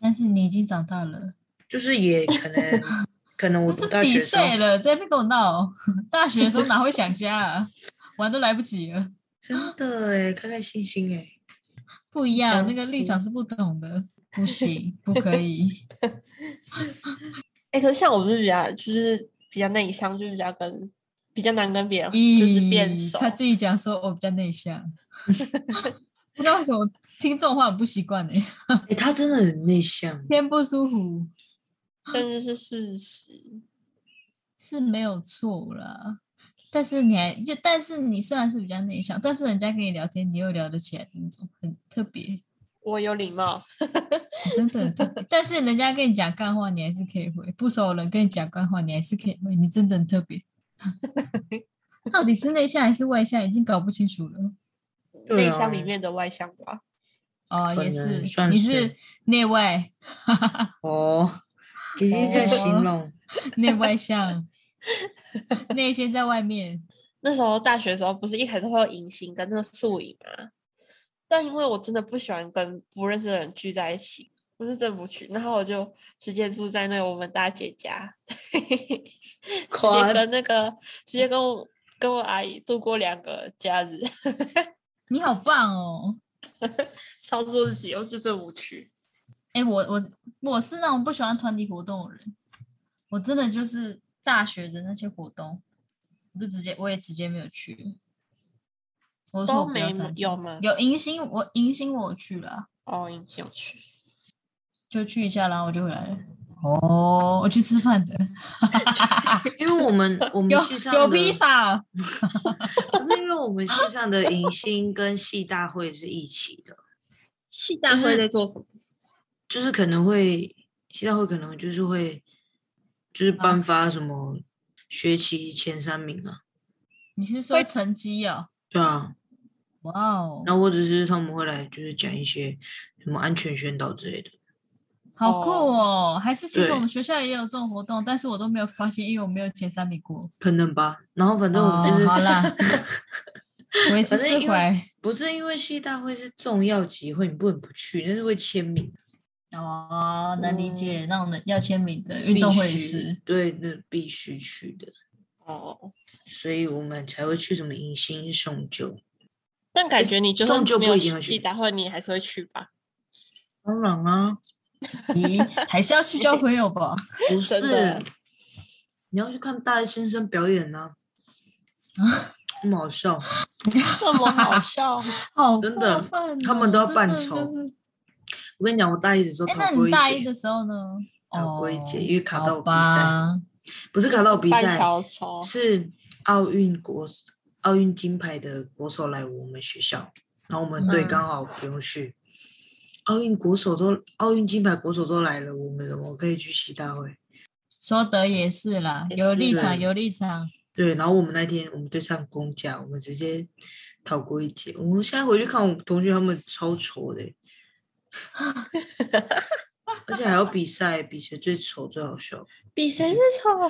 Speaker 3: 但是你已经长大了，
Speaker 2: 就是也 可能可能我读
Speaker 3: 这
Speaker 2: 大
Speaker 3: 几
Speaker 2: 学的时候
Speaker 3: 岁了，在那边跟我闹。大学的时候哪会想家啊？玩都来不及了，啊
Speaker 2: 真的哎、开开心心哎、
Speaker 3: 不一样，
Speaker 4: 相
Speaker 3: 那个立
Speaker 4: 似
Speaker 3: 场是不同的，不行，不可以。
Speaker 4: 哎、可是像我是比较就是比较内向，就是比较跟比较难跟别人 就是变
Speaker 3: 咦
Speaker 4: 熟。
Speaker 3: 他自己讲说，我比较 内向， 不知道为什么听这种话很不习惯呢，欸
Speaker 2: 哎、他真的很内向，
Speaker 3: 偏不舒服
Speaker 4: 但是是事实。
Speaker 3: 是没有错啦。但是你还就，但是你虽然是比较内向，但是人家跟你聊天，你又聊得起来，那种很特别，
Speaker 4: 我有礼貌，
Speaker 3: 你真的很特别。 但是人家跟你讲干话，你还是可以回；不熟的人跟你讲干话，你还是可以回，你真的很特 别。到底是内向还是外向，已经搞不清楚了。
Speaker 2: 对
Speaker 4: 内
Speaker 2: 啊
Speaker 4: 向里面的外向吧。
Speaker 3: 哦，
Speaker 2: 可
Speaker 3: 也是
Speaker 2: 能，算
Speaker 3: 你
Speaker 2: 是
Speaker 3: 是内外
Speaker 2: 哦，姐姐这样形容，
Speaker 3: 内外向，内先在外面。
Speaker 4: 那时候大学的时候，不是一开始会有迎新跟那个宿营嘛？但因为我真的不喜欢跟不认识的人聚在一起，我是真的不去。然后我就直接住在那个我们大姐家， 直
Speaker 2: 夸
Speaker 4: 接跟那个直接跟我跟我阿姨度过两个假日，
Speaker 3: 你好棒哦！
Speaker 4: 操作自己，我就真的无趣。
Speaker 3: 哎、我我我是那种不喜欢团体活动的人，我真的就是大学的那些活动，我就直接我也直接没有去。我就说
Speaker 4: 都
Speaker 3: 我不要
Speaker 4: 没
Speaker 3: 参加
Speaker 4: 有，吗？
Speaker 3: 有迎新我迎新我有去了，
Speaker 4: 哦，迎新有去，
Speaker 3: 就去一下，然后我就回来了。哦，我去吃饭的，
Speaker 2: 因为我们我们
Speaker 3: 有
Speaker 2: 系上
Speaker 3: 有
Speaker 2: 的
Speaker 3: 披萨，
Speaker 2: 可是因为我们系上的迎新跟系大会是一起的，
Speaker 4: 系大
Speaker 2: 会
Speaker 4: 在做什么？
Speaker 2: 就是可能会系大会可能就是会就是
Speaker 3: 啊
Speaker 2: 颁发什么学期前三名啊，
Speaker 3: 你是说成绩哦？
Speaker 2: 对啊，
Speaker 3: 哇哦，
Speaker 2: 然后或者是他们会来就是讲一些什么安全宣导之类的，
Speaker 3: 好酷
Speaker 4: 哦
Speaker 3: 哦！还是其实
Speaker 2: 对
Speaker 3: 我们学校也有这种活动，但是我都没有发现，因为我没有前三名过。
Speaker 2: 可能吧。然后反正我
Speaker 3: 哦
Speaker 2: 们就是、，
Speaker 3: 好 啦，我也是
Speaker 2: 反正
Speaker 3: 释
Speaker 2: 因为
Speaker 3: 怀。
Speaker 2: 不是因为系大会是重要集会，你不能不去，那是会签名，
Speaker 3: 哦，能理解，那种的要签名的
Speaker 2: 必
Speaker 3: 运动会也
Speaker 2: 须
Speaker 3: 是。
Speaker 2: 对，那必须去的，
Speaker 4: 哦，
Speaker 2: 所以我们才会去什么迎新送旧。
Speaker 4: 但感觉你就
Speaker 2: 送
Speaker 4: 算
Speaker 2: 旧
Speaker 4: 没
Speaker 2: 不
Speaker 4: 有
Speaker 2: 一定会
Speaker 4: 系
Speaker 2: 去
Speaker 4: 大会，你还是会去 吧？
Speaker 2: 当然啊，
Speaker 3: 咦，还是要去交朋友 吧？
Speaker 2: 不
Speaker 4: 真
Speaker 2: 是
Speaker 4: 的，
Speaker 2: 你要去看大一先生表演啊 呐、那么好笑，
Speaker 4: 这么好笑，
Speaker 3: 好
Speaker 2: 真的
Speaker 3: 过分哦
Speaker 2: 他们都要扮
Speaker 3: 真的
Speaker 2: 丑
Speaker 3: 就是
Speaker 2: 我跟你讲，我大一的时候
Speaker 3: 哎，
Speaker 2: 逃
Speaker 3: 那
Speaker 2: 过
Speaker 3: 你
Speaker 2: 一
Speaker 3: 大一
Speaker 2: 节
Speaker 3: 的，时候呢？
Speaker 2: 逃过一
Speaker 3: 哦
Speaker 2: 节，因为卡到
Speaker 3: 好
Speaker 2: 比赛，
Speaker 3: 吧。
Speaker 2: 不是卡到比
Speaker 4: 半
Speaker 2: 赛，
Speaker 4: 小哦丑，
Speaker 2: 是奥运国奥运金牌的国手来我们学校，然后我们队
Speaker 4: 嗯
Speaker 2: 刚好不用去。奥运国手都奥运金牌国手都来了，我们怎么可以去习大会？
Speaker 3: 说得也是啦，
Speaker 4: 也
Speaker 3: 有
Speaker 4: 是
Speaker 3: 立
Speaker 2: 啦
Speaker 3: 场，有立场。
Speaker 2: 对，然后我们那天我们对上公假，我们直接逃过一劫。我们现在回去看我同学他们超丑的欸、而且还要比赛，比谁最丑最好笑。
Speaker 4: 比谁最丑？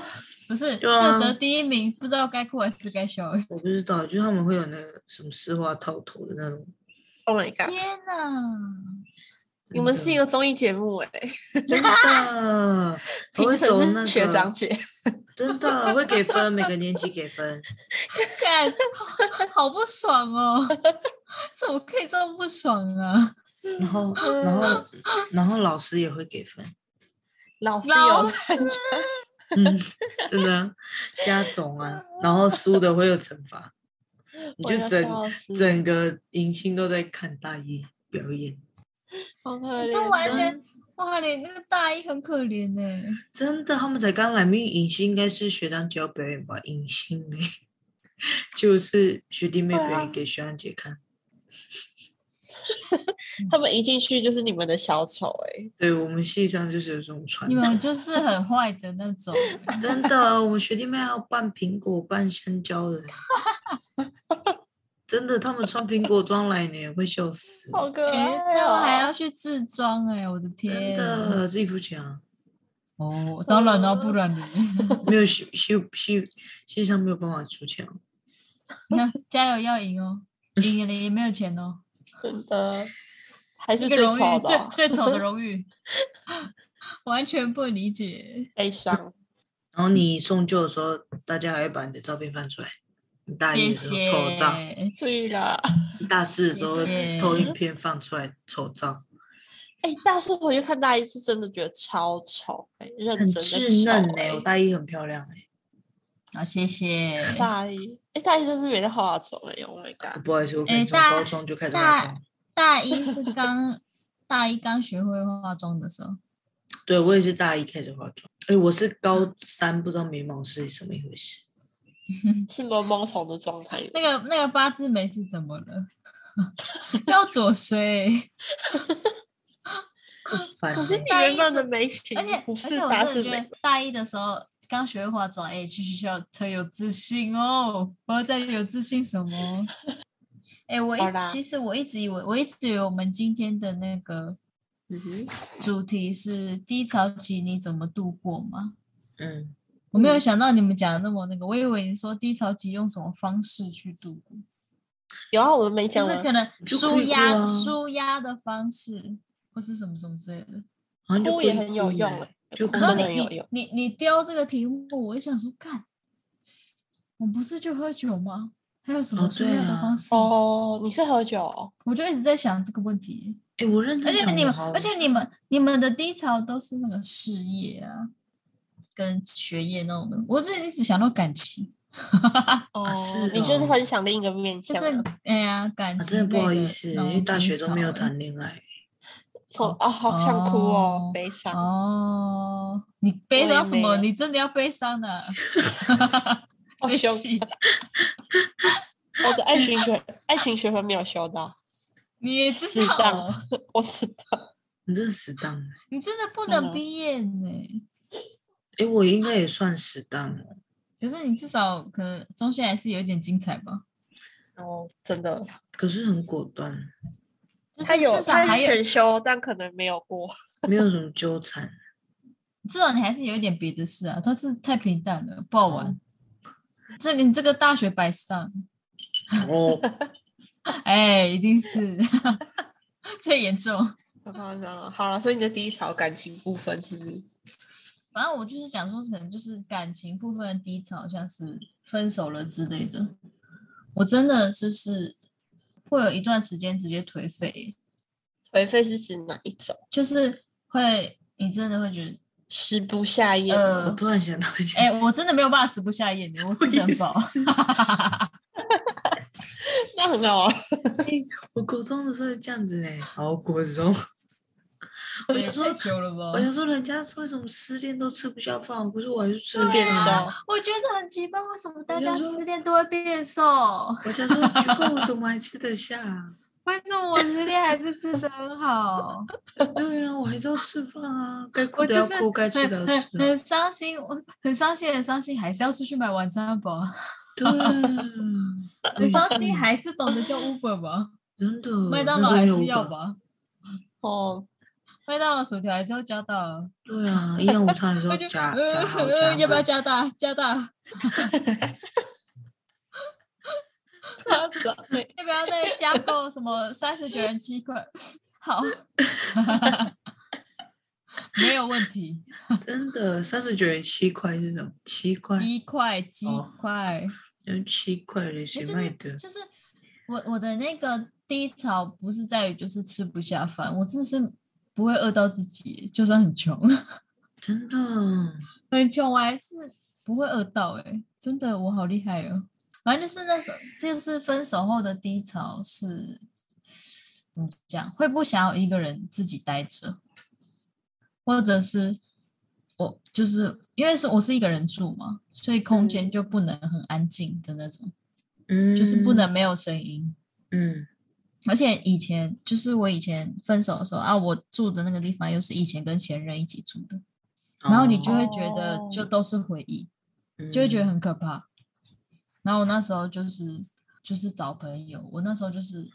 Speaker 3: 不是，
Speaker 2: 对啊
Speaker 3: 这得第一名，不知道该哭还是该笑。
Speaker 2: 我不知道，就是他们会有那个什么丝袜套头的那种。
Speaker 4: Oh my god！
Speaker 3: 天哪！
Speaker 4: 你们是一
Speaker 2: 个
Speaker 4: 个综艺节目哎、欸，
Speaker 2: 真的，我
Speaker 4: 评
Speaker 2: 会
Speaker 4: 审
Speaker 2: 走那
Speaker 4: 是
Speaker 2: 个
Speaker 4: 学长，姐，
Speaker 2: 真的我会给分，每个年级给分。
Speaker 3: 干，好不爽哦！ 怎么可以这么不爽啊？
Speaker 2: 然后，然后，然后老师也会给分。
Speaker 4: 老师
Speaker 3: 老
Speaker 4: 有参 加，
Speaker 2: 嗯，真的啊加总啊，然后输的会有惩罚，你
Speaker 4: 我
Speaker 2: 就
Speaker 4: 要
Speaker 2: 整
Speaker 4: 笑死
Speaker 2: 整个迎新都在看大一表演，
Speaker 4: 好可
Speaker 3: 你
Speaker 4: 怜，哦
Speaker 3: 这完全，哇，你那个大一很可怜呢、
Speaker 2: 真的，他们才刚来，命迎新应该是学长姐要表演吧，迎新嘞， 就是学弟妹
Speaker 4: 对啊
Speaker 2: 表演给学长姐看，
Speaker 4: 他们一进去就是你们的小丑哎、
Speaker 2: 对我们系上就是有这种传
Speaker 3: 你
Speaker 2: 统，
Speaker 3: 们就是很坏的那 种。
Speaker 2: 真的，啊我们学弟妹还要拌苹果、拌香蕉的，真的，他们穿苹果装来呢，会笑死。
Speaker 4: 好可
Speaker 3: 哎、
Speaker 4: 爱、
Speaker 3: 这样
Speaker 4: 哦！
Speaker 3: 还要去自装哎、我的
Speaker 2: 真
Speaker 3: 天！
Speaker 2: 的，自己付钱啊，
Speaker 3: 哦，当然了，不然你
Speaker 2: 没有系系系系上没有办法出钱啊，
Speaker 3: 加油要赢哦，赢了也没有钱 哦，
Speaker 4: 真的，还是
Speaker 3: 一
Speaker 4: 最
Speaker 3: 个
Speaker 4: 丑
Speaker 3: 荣誉
Speaker 4: 的哦
Speaker 3: 最最丑 的荣誉， 完全不理解。
Speaker 4: 悲伤。
Speaker 2: 然后你送旧的时候，大家还会把你的照片翻出来，你大一
Speaker 3: 谢
Speaker 2: 的时候
Speaker 3: 谢，
Speaker 2: 丑照，
Speaker 4: 至于啦，
Speaker 2: 你大四的时候
Speaker 3: 谢
Speaker 2: 偷
Speaker 3: 谢
Speaker 2: 影片放出来丑照，
Speaker 4: 哎、大四回去看大一是真的觉得超丑、哎，认
Speaker 2: 很
Speaker 4: 真的
Speaker 2: 稚嫩
Speaker 4: 丑
Speaker 2: 哎、
Speaker 4: 哎
Speaker 3: 欸
Speaker 2: 我大一很漂亮哎、
Speaker 3: 好谢 谢。
Speaker 4: 大一，哎、大一真是没在化妆哎，Oh my
Speaker 2: 我
Speaker 4: god！
Speaker 2: 不好意思，我可
Speaker 3: 哎
Speaker 2: 能从
Speaker 3: 大
Speaker 2: 高中就开始化
Speaker 3: 大
Speaker 2: 妆。
Speaker 3: 大一是刚大一刚学会化妆的时候，
Speaker 2: 对我也是大一开始化妆，哎，我是高三不知道眉毛是什么一回事。
Speaker 4: 是毛毛虫的状态里，
Speaker 3: 那个那个八字眉是怎么了？ 要躲谁？
Speaker 2: 烦
Speaker 4: 可是你
Speaker 2: 欸，
Speaker 3: 大
Speaker 4: 原
Speaker 3: 一
Speaker 4: 本
Speaker 3: 是
Speaker 4: 的眉形
Speaker 3: 而且
Speaker 4: 不
Speaker 3: 而
Speaker 4: 是
Speaker 3: 且我
Speaker 4: 八
Speaker 3: 真的
Speaker 4: 字
Speaker 3: 觉
Speaker 4: 眉
Speaker 3: 得，大一的时候刚学会化妆，哎、去学校特有自信哦。我要再有自信什么？哎、我一
Speaker 4: 好啦
Speaker 3: 其实我一直以为，我一直以为我们今天的那个
Speaker 4: 嗯哼，
Speaker 3: 主题是低潮期你怎么度过吗？
Speaker 2: 嗯，
Speaker 3: 我没有
Speaker 4: 嗯
Speaker 3: 想到你们讲的那么那个，我以为你说低潮期用什么方式去度过，
Speaker 4: 有啊，我们没
Speaker 3: 就
Speaker 4: 讲
Speaker 3: 是
Speaker 4: 完，
Speaker 3: 可能
Speaker 2: 就
Speaker 3: 舒
Speaker 2: 可以过
Speaker 3: 压、
Speaker 2: 啊
Speaker 3: 舒压的方式，或是什么什么之类的。
Speaker 2: 好像就
Speaker 4: 哭
Speaker 2: 故
Speaker 4: 也
Speaker 2: 意
Speaker 4: 很有
Speaker 2: 哭
Speaker 4: 用
Speaker 2: 欸
Speaker 4: 欸
Speaker 2: 就
Speaker 4: 哭
Speaker 3: 你
Speaker 2: 看
Speaker 3: 知道
Speaker 2: 到
Speaker 4: 真的
Speaker 3: 你
Speaker 4: 有
Speaker 3: 你
Speaker 4: 用
Speaker 3: 你你丢这个题目，我就想说，干，我们不是就喝酒吗？还有什么
Speaker 2: 哦
Speaker 3: 舒
Speaker 2: 对
Speaker 3: 压的
Speaker 2: 啊
Speaker 3: 方式？
Speaker 4: 哦，你是喝酒、哦？
Speaker 3: 我就一直在想这个问题。
Speaker 2: 哎，我认
Speaker 3: 而
Speaker 2: 真
Speaker 3: 且
Speaker 2: 讲，
Speaker 3: 你
Speaker 2: 我
Speaker 3: 们，
Speaker 2: 好啊
Speaker 3: 而且你们你们的低潮都是那个事业啊，跟学业那种的。我这一直想到感情，
Speaker 4: 哦
Speaker 2: 是
Speaker 4: 你就是
Speaker 2: 哦
Speaker 4: 分享另一个面
Speaker 3: 就
Speaker 4: 向
Speaker 3: 是
Speaker 4: 啊。
Speaker 3: 哎呀，感
Speaker 2: 啊
Speaker 3: 情、
Speaker 2: 真的不好意思，因为大学都没有
Speaker 3: 谈。
Speaker 2: 谈恋爱，
Speaker 4: 说啊，好想哭哦
Speaker 3: 哦，
Speaker 4: 悲伤。
Speaker 3: 哦，你悲
Speaker 4: 我
Speaker 3: 伤
Speaker 4: 也
Speaker 3: 什
Speaker 4: 没
Speaker 3: 么？
Speaker 4: 有
Speaker 3: 你真的要悲伤 的、
Speaker 4: 好
Speaker 3: 最
Speaker 4: 凶
Speaker 3: 气
Speaker 2: 啊
Speaker 4: 我的爱 情学爱情学分没有修到，
Speaker 3: 你也
Speaker 4: 适
Speaker 3: 知
Speaker 4: 当
Speaker 3: 道，
Speaker 4: 我知道。
Speaker 2: 你真的死当欸。
Speaker 3: 你真的不
Speaker 4: 真
Speaker 3: 能
Speaker 4: 的
Speaker 3: 毕业呢。
Speaker 2: 哎，我应该也算死当了，
Speaker 3: 可是你至少可能中间还是有一点精彩吧。
Speaker 4: 哦，真的，
Speaker 2: 可是很果断，
Speaker 3: 就是
Speaker 4: 他有
Speaker 3: 至少
Speaker 4: 他
Speaker 3: 还有，
Speaker 4: 选修，但可能没有过。
Speaker 2: 没有什么纠缠。
Speaker 3: 至少你还是有一点别的事啊。他是太平淡了，不好玩。这个你这个大学白上，
Speaker 2: 哦，
Speaker 3: 哎，一定是 最严重。
Speaker 4: 我刚刚讲了，啊好了，所以你的第一条感情部分是
Speaker 3: 反正我就是想说，可能就是感情部分的低潮，像是分手了之类的。我真的就是会有一段时间直接颓废，
Speaker 4: 颓废是指哪一种？
Speaker 3: 就是会你真的会觉得，
Speaker 4: 食不下咽吗。
Speaker 2: 我
Speaker 3: 呃，
Speaker 2: 突然想到一件
Speaker 3: 哎、我真的没有办法食不下咽的，我吃得很饱。
Speaker 4: 那很好啊。
Speaker 2: 我国中的时候是这样子呢，好国中， 我
Speaker 3: 也
Speaker 2: 就
Speaker 3: 太
Speaker 2: 说，
Speaker 3: 久了吧
Speaker 2: 我？就说人家说什么失恋都吃不下饭，可是我还是吃
Speaker 4: 会
Speaker 2: 了
Speaker 4: 变
Speaker 2: 饭啊
Speaker 4: 瘦，
Speaker 3: 我觉得很奇怪，为什么大
Speaker 2: 我就
Speaker 3: 家
Speaker 2: 说
Speaker 3: 失恋都会变瘦？
Speaker 2: 我想说，去购物怎么还吃得下啊？
Speaker 3: 为什么我失恋还是吃的很 好？
Speaker 2: 对啊，我还是要吃饭啊，该哭
Speaker 3: 我
Speaker 2: 的
Speaker 3: 就
Speaker 2: 要
Speaker 3: 是
Speaker 2: 哭，该吃的
Speaker 3: 很
Speaker 2: 要
Speaker 3: 很
Speaker 2: 吃啊。
Speaker 3: 很伤心，我很伤心，很伤心，还是要出去买晚餐吧。
Speaker 2: 对，
Speaker 3: 很伤心，
Speaker 2: 女性
Speaker 3: 还是懂得叫 Uber 吧，
Speaker 2: 真的，
Speaker 3: 麦当
Speaker 2: 嗯那
Speaker 3: 劳
Speaker 2: 时候
Speaker 3: 还
Speaker 2: 有
Speaker 3: 是要
Speaker 2: Uber？
Speaker 3: 吧，
Speaker 4: 哦，
Speaker 3: 麦当劳薯条还是要加大啊。
Speaker 2: 对啊，营养午餐的时候
Speaker 3: 我就
Speaker 2: 加加好 加
Speaker 3: 呃，要不要
Speaker 2: 好，
Speaker 3: 加大？加大，
Speaker 4: 欸
Speaker 3: 要不要再加购什么三十九元七块？ 好，没有问题，
Speaker 2: 真的三十九元七块是什么？七块，
Speaker 3: 鸡块鸡块，哎
Speaker 2: 嗯，七块嘞，谁
Speaker 3: 就
Speaker 2: 卖
Speaker 3: 是
Speaker 2: 的？
Speaker 3: 就是我我的那个低潮不是在于就是吃不下饭，我真的是不会饿到自己，就算很穷。
Speaker 2: 真的，
Speaker 3: 很穷，我还是不会饿到哎、真的，我好厉害哦。反正就是那时候，就是分手后的低潮是，怎么讲，会不想要一个人自己待着，或者是我就是因为是我是一个人住嘛，所以空间就不能很安静的那种，
Speaker 2: 嗯，
Speaker 3: 就是不能，没有声音。
Speaker 2: 嗯，
Speaker 3: 而且以前就是我以前分手的时候啊，我住的那个地方又是以前跟前任一起住的，然后你就会觉得
Speaker 4: 哦
Speaker 3: 就都是回忆，就
Speaker 2: 嗯
Speaker 3: 会觉得很可怕。然后我那时候就是就是找朋友，我那时候就是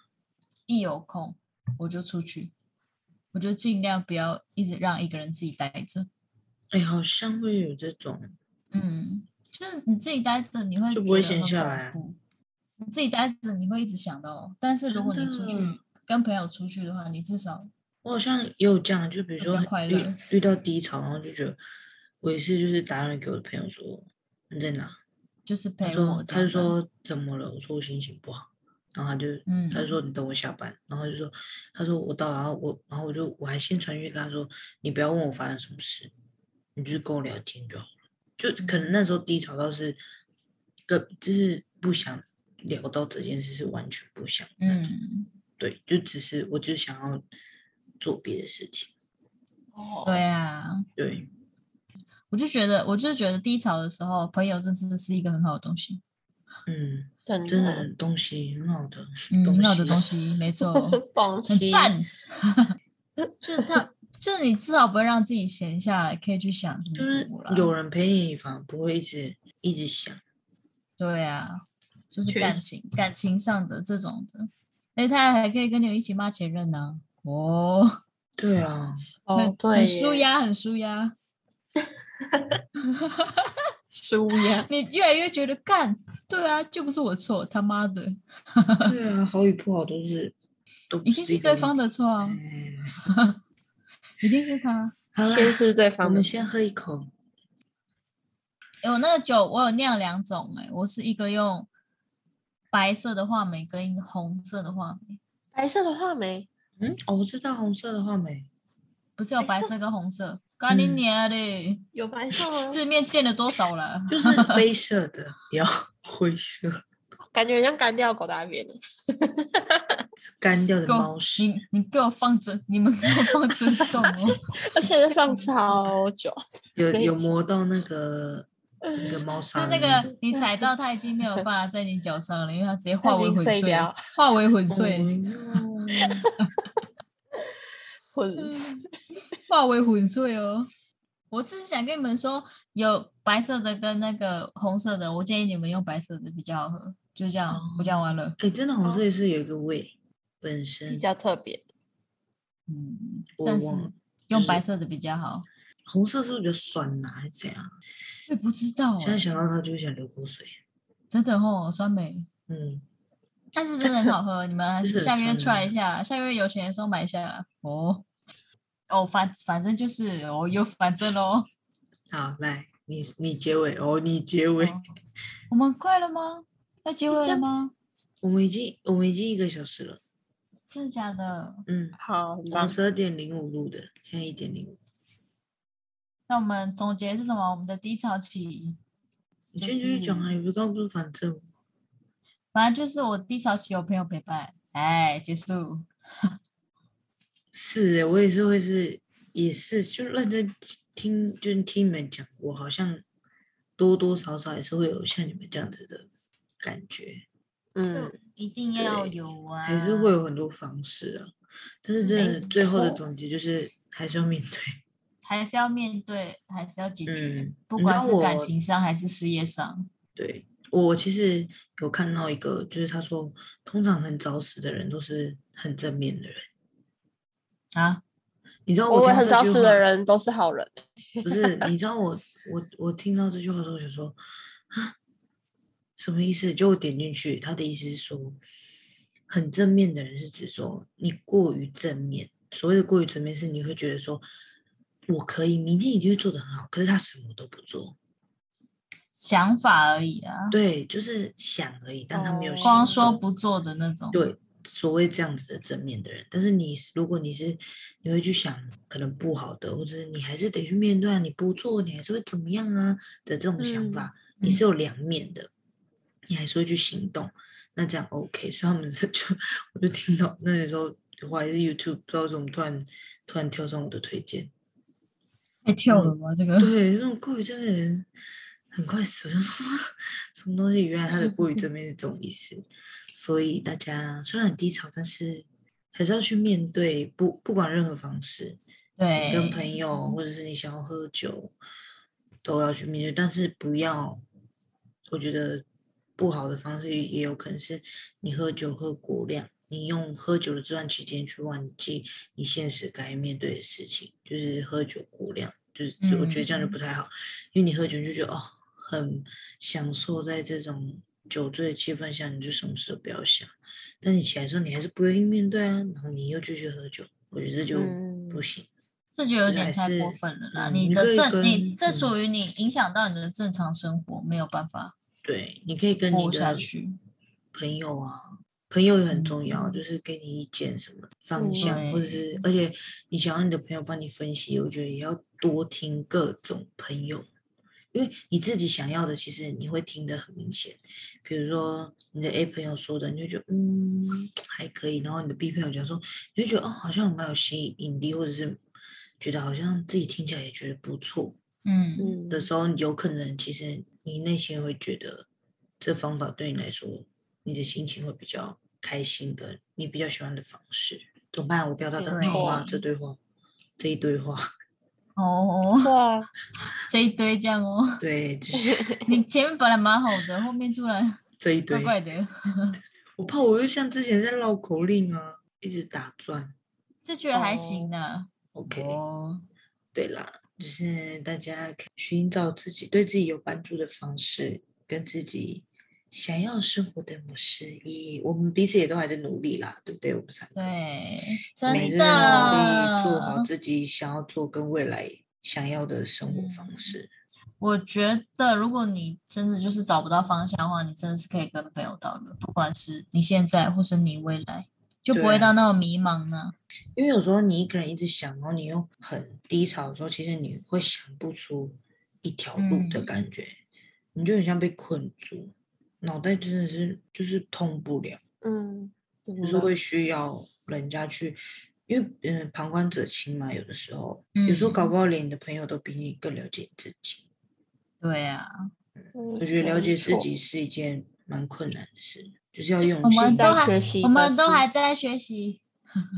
Speaker 3: 一有空我就出去，我就尽量不要一直让一个人自己待着。
Speaker 2: 哎、好像会有这种，
Speaker 3: 嗯，就是你自己待着，你会
Speaker 2: 就不会
Speaker 3: 觉得
Speaker 2: 闲
Speaker 3: 很
Speaker 2: 下
Speaker 3: 恐
Speaker 2: 来啊
Speaker 3: 怖。你自己待着，你会一直想到，但是如果
Speaker 2: 真
Speaker 3: 你出
Speaker 2: 的
Speaker 3: 去跟朋友出去的话，你至少
Speaker 2: 我好像也有这样，就比如
Speaker 3: 会
Speaker 2: 说
Speaker 3: 更快
Speaker 2: 遇
Speaker 3: 乐
Speaker 2: 遇到低潮，然后就觉得我也是，就是打电话给我的朋友说你在哪，
Speaker 3: 就是陪
Speaker 2: 他
Speaker 3: 我
Speaker 2: 说
Speaker 3: 这
Speaker 2: 他就
Speaker 3: 样的，
Speaker 2: 说怎么了，我说我心情不好，然后他就
Speaker 3: 嗯，
Speaker 2: 他就说你等我下班，然后就说他说我到了，然后我然后我就我还先传讯跟他说你不要问我发生什么事，你就是跟我聊天就好了，就
Speaker 3: 嗯
Speaker 2: 可能那时候低潮到是跟就是不想聊到这件事是完全不想的，
Speaker 3: 嗯，
Speaker 2: 对，就只是我就想要做别的事情，
Speaker 4: 哦，
Speaker 3: 对啊，
Speaker 2: 对，
Speaker 3: 我就觉得，我就觉得低潮的时候，朋友真是是一个很好的东西，
Speaker 2: 嗯，
Speaker 4: 真
Speaker 2: 真
Speaker 4: 的
Speaker 2: 的东西很好的，
Speaker 3: 嗯，
Speaker 2: 东
Speaker 3: 很好的
Speaker 2: 西
Speaker 3: 东西，没 错，
Speaker 4: 放
Speaker 3: 很
Speaker 4: 心，
Speaker 3: 赞， 就是他，就是你至少不会让自己闲下来，可以去想这
Speaker 2: 就是
Speaker 3: 么多啦，
Speaker 2: 有人陪你，你反而不会一直一直想。
Speaker 3: 对啊，就是
Speaker 4: 确
Speaker 3: 感
Speaker 4: 实
Speaker 3: 情感情上的这种的，哎，他还可以跟你一起骂前任呢、哦，
Speaker 2: 对啊，
Speaker 4: 哦
Speaker 3: 很，
Speaker 4: 对耶，
Speaker 3: 很舒压，很舒压，
Speaker 4: 舒压，
Speaker 3: 你越来越觉得干，对啊，就不是我错，他妈的，
Speaker 2: 对啊，好与不好都是都不
Speaker 3: 嗯一定
Speaker 2: 是
Speaker 3: 是
Speaker 2: 一个
Speaker 3: 对
Speaker 2: 问
Speaker 3: 方
Speaker 2: 题。
Speaker 3: 的错啊，
Speaker 2: 哎
Speaker 3: 一定是他。
Speaker 2: 好啦
Speaker 4: 先是对
Speaker 2: 我
Speaker 4: 方的
Speaker 2: 们，先喝一口。
Speaker 3: 欸我那个酒我有酿两种、欸，我是一个用白色的话梅跟一个红色的话梅，
Speaker 4: 白色的话梅，
Speaker 2: 嗯，哦，我知道红色的话梅，
Speaker 3: 不是有
Speaker 4: 白
Speaker 3: 白
Speaker 4: 色
Speaker 3: 色跟红色？干你
Speaker 2: 嗯
Speaker 3: 娘嘞！
Speaker 4: 有白色吗？
Speaker 3: 市面见了多少了？
Speaker 2: 就是灰色的，也要灰色，
Speaker 4: 感觉很像干掉狗大便耶
Speaker 2: 干掉的
Speaker 3: 给
Speaker 2: 猫
Speaker 3: 我
Speaker 2: 屎。
Speaker 3: 你你给我放尊，你们给我放尊重哦！
Speaker 4: 而且是放超久，
Speaker 2: 有
Speaker 4: 那
Speaker 2: 有
Speaker 4: 一只
Speaker 2: 磨到那个那个猫砂
Speaker 4: 嗯
Speaker 3: 呃是那
Speaker 2: 的那
Speaker 3: 个
Speaker 2: 种，
Speaker 3: 你踩到它已经没有办法在你脚上了，因为它直接化
Speaker 4: 已
Speaker 3: 为
Speaker 4: 经
Speaker 3: 混
Speaker 4: 碎
Speaker 3: 碎
Speaker 4: 掉，嗯
Speaker 3: 化为混
Speaker 2: 哎
Speaker 3: 碎，
Speaker 2: 呦
Speaker 4: 混
Speaker 3: 化为混碎哦！我只是想跟你们说，有白色的跟那个红色的，我建议你们用白色的比较好喝。就这样，
Speaker 4: 哦
Speaker 3: 我讲完了。
Speaker 2: 哎，真的红
Speaker 3: 哦
Speaker 2: 色也是有一个味，本身
Speaker 4: 比较特别。
Speaker 3: 嗯，
Speaker 2: 我
Speaker 3: 但
Speaker 2: 忘
Speaker 3: 是
Speaker 2: 了
Speaker 3: 用
Speaker 2: 是
Speaker 3: 白色的比较好。
Speaker 2: 红色是不是比较酸呐、还是怎样？
Speaker 3: 我也不知道、
Speaker 2: 现在
Speaker 3: 欸，
Speaker 2: 想到它就会想流口水。
Speaker 3: 真的吼酸梅，
Speaker 2: 嗯，
Speaker 3: 但是真的很好喝，你们还
Speaker 2: 真的
Speaker 3: 是
Speaker 2: 很
Speaker 3: 下个月
Speaker 2: 酸
Speaker 3: try
Speaker 2: 啊
Speaker 3: 一下，下个月有钱的时候买一下啦。哦哦，反反正就是哦，有反正喽。
Speaker 2: 好，来你你结尾哦，你结尾。
Speaker 3: 哦我们快了吗？要结尾了吗？
Speaker 2: 我们已经我们已经一个小时了，
Speaker 3: 真的假的？
Speaker 2: 嗯，
Speaker 4: 好，很
Speaker 2: 我们
Speaker 4: 棒
Speaker 2: 十二点零五录的，现在一点零五。
Speaker 3: 那我们总结是什么？我们的低潮期，
Speaker 2: 你
Speaker 3: 就
Speaker 2: 先继续讲啊，
Speaker 3: 是
Speaker 2: 你不是刚刚不是反正
Speaker 3: 反正就是我低潮期有朋友陪伴。哎，结束。
Speaker 2: 是欸我也是会是也是，就认真听，就是听你们讲，我好像多多少少也是会有像你们这样子的感觉，
Speaker 4: 嗯，
Speaker 3: 一定要有啊，
Speaker 2: 还是会有很多方式啊。但是真的
Speaker 3: 没
Speaker 2: 最后的
Speaker 3: 错
Speaker 2: 总结就是还是要面对。
Speaker 3: 还是要面对，还是要解决，
Speaker 2: 嗯
Speaker 3: 不
Speaker 2: 你
Speaker 3: 管
Speaker 2: 知道
Speaker 3: 是感
Speaker 2: 我
Speaker 3: 情上还是事业上。
Speaker 2: 对我其实有看到一个，就是他说，通常很早死的人都是很正面的人。
Speaker 3: 啊，
Speaker 2: 你知道
Speaker 4: 我以为
Speaker 2: 听到
Speaker 4: 很
Speaker 2: 这
Speaker 4: 早
Speaker 2: 句
Speaker 4: 死
Speaker 2: 话
Speaker 4: 的人都是好人，
Speaker 2: 不是，你知道我我我听到这句话的时候，我想说啊，什么意思？就我点进去，他的意思是说，很正面的人是指说你过于正面。所谓的过于正面，是你会觉得说，我可以明天一定会做得很好，可是他什么都不做，
Speaker 3: 想法而已啊，
Speaker 2: 对，就是想而已，但他没有
Speaker 4: 哦
Speaker 2: 行
Speaker 3: 光说
Speaker 2: 动
Speaker 3: 不做的那种。
Speaker 2: 对所谓这样子的正面的人，但是你是如果你是你会去想可能不好的，或者是你还是得去面对啊，你不做你还是会怎么样啊的这种想法，你是有两面的，你还是会去行动，那这样 OK。所以他们 就就我就听到那时候我还是 YouTube 不知道怎么突然突然跳上我的推荐，
Speaker 3: 太跳了吗？这个
Speaker 2: 嗯对，那种过于正面的人很快死，我就说什么东西，原来他的过于正面是这种意思，所以大家虽然很低潮，但是还是要去面对不，不管任何方式，
Speaker 3: 对，
Speaker 2: 跟朋友或者是你想要喝酒，都要去面对，但是不要，我觉得不好的方式也有可能是你喝酒喝过量，你用喝酒的这段期间去忘记你现实该面对的事情，就是喝酒过量，就是就我觉得这样就不太好，因为你喝酒你就觉得哦，很享受在这种酒醉的气氛下，你就什么事都不要想，但你起来之后你还是不愿意面对啊，然后你又继续喝酒，我觉得这就
Speaker 4: 嗯
Speaker 2: 不行。
Speaker 3: 这就有
Speaker 2: 就是
Speaker 3: 点
Speaker 2: 还
Speaker 3: 太过
Speaker 2: 是
Speaker 3: 分了啦！
Speaker 2: 嗯
Speaker 3: 你
Speaker 2: 你可
Speaker 3: 的
Speaker 2: 以
Speaker 3: 正，你
Speaker 2: 跟
Speaker 3: 这
Speaker 2: 嗯
Speaker 3: 属于你影响到你的正常生活，没有办法
Speaker 2: 对，你可以跟你
Speaker 3: 活下
Speaker 2: 的
Speaker 3: 去。
Speaker 2: 朋友啊，朋友也很重要，
Speaker 3: 嗯
Speaker 2: 就是给你意见什么的方向，或者
Speaker 3: 对
Speaker 2: 是而且你想要你的朋友帮你分析，我觉得也要多听各种朋友，因为你自己想要的，其实你会听得很明显。比如说你的 A 朋友说的，你就觉得嗯还可以，然后你的 B 朋友讲说，你就觉得哦好像蛮有吸引力，或者是觉得好像自己听起来也觉得不错，
Speaker 3: 嗯，
Speaker 4: 嗯
Speaker 2: 的时候，你有可能其实你内心会觉得这方法对你来说，你的心情会比较开心的，你比较喜欢的方式。怎么办？我不要到这
Speaker 3: 没
Speaker 2: 句话，
Speaker 3: 错
Speaker 2: 这对话，这一堆话，
Speaker 3: 哦哦，哦
Speaker 4: 哇，
Speaker 3: 这一堆这样 哦，
Speaker 2: 对，就是
Speaker 3: 你前面本来蛮好的，后面突然
Speaker 2: 这一堆
Speaker 3: 怪。怪的，
Speaker 2: 我怕我又像之前在绕口令啊，一直打转。
Speaker 3: 这觉得还行呢。
Speaker 2: OK，、
Speaker 3: 哦，
Speaker 2: 对啦，就是大家可以寻找自己对自己有帮助的方式，跟自己想要生活的模式。咦，我们彼此也都还在努力啦，对不对？我们三个。
Speaker 3: 对，
Speaker 2: 我们
Speaker 3: 真
Speaker 2: 就
Speaker 3: 的
Speaker 2: 是努力做好自己想要做跟未来想要的生活
Speaker 3: 嗯
Speaker 2: 方式。
Speaker 3: 我觉得，如果你真的就是找不到方向的话，你真的是可以跟朋友讨论，不管是你现在或是你未来，就不
Speaker 2: 对
Speaker 3: 会
Speaker 2: 啊
Speaker 3: 到那么迷茫呢。
Speaker 2: 因为有时候你一个人一直想，然后你又很低潮的时候，其实你会想不出一条路的
Speaker 3: 嗯
Speaker 2: 感觉，你就很像被困住，脑袋真的是就是通不了，
Speaker 4: 嗯，怎
Speaker 2: 就
Speaker 4: 么
Speaker 2: 是
Speaker 4: 了
Speaker 2: 会需要人家去。因为嗯、呃旁观者清嘛，有的时候，有时候搞
Speaker 3: 嗯
Speaker 2: 不好连你的朋友都比你更了解自己。
Speaker 3: 对啊，
Speaker 4: 嗯
Speaker 2: 我觉得了
Speaker 4: 没
Speaker 2: 解自
Speaker 4: 错
Speaker 2: 己是一件蛮困难的事，就是要用
Speaker 3: 我
Speaker 2: 心。
Speaker 3: 们都
Speaker 4: 在
Speaker 3: 还
Speaker 4: 学习，
Speaker 3: 我们
Speaker 4: 但
Speaker 3: 都
Speaker 4: 是
Speaker 3: 还在学习。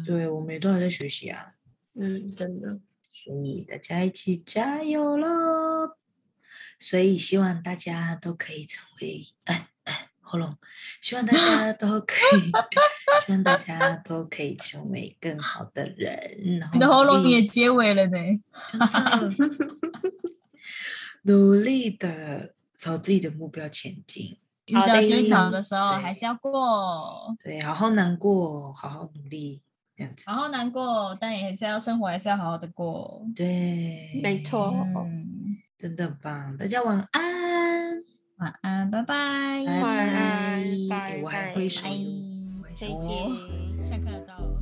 Speaker 2: 对，我们也都还在学习啊，
Speaker 1: 嗯，真的，
Speaker 2: 所以大家一起加油喽！所以希望大家都可以成为，哎哎，喉咙，希望大家都可以， 希望大家都可以成为更好的人。然 后
Speaker 3: 你的喉咙
Speaker 2: 努力
Speaker 3: 也结尾了呢。
Speaker 2: 真的努力的朝自己的目标前进。
Speaker 3: 遇到低潮的时候，
Speaker 2: 对
Speaker 3: 还是要过，
Speaker 2: 对，好好难过，好好努力，这样子。
Speaker 3: 好好难过，但也还是要生活，还是要好好的过。
Speaker 2: 对，
Speaker 4: 没错
Speaker 3: 嗯，
Speaker 2: 真的很棒，大家晚安，
Speaker 3: 晚安，拜拜，
Speaker 2: 拜
Speaker 4: 晚安
Speaker 2: 诶
Speaker 4: 拜
Speaker 2: 我还
Speaker 4: 拜
Speaker 2: 挥手
Speaker 3: 拜
Speaker 2: 哟，我还
Speaker 4: 再
Speaker 2: 想
Speaker 4: 见。
Speaker 3: 现在看得到了。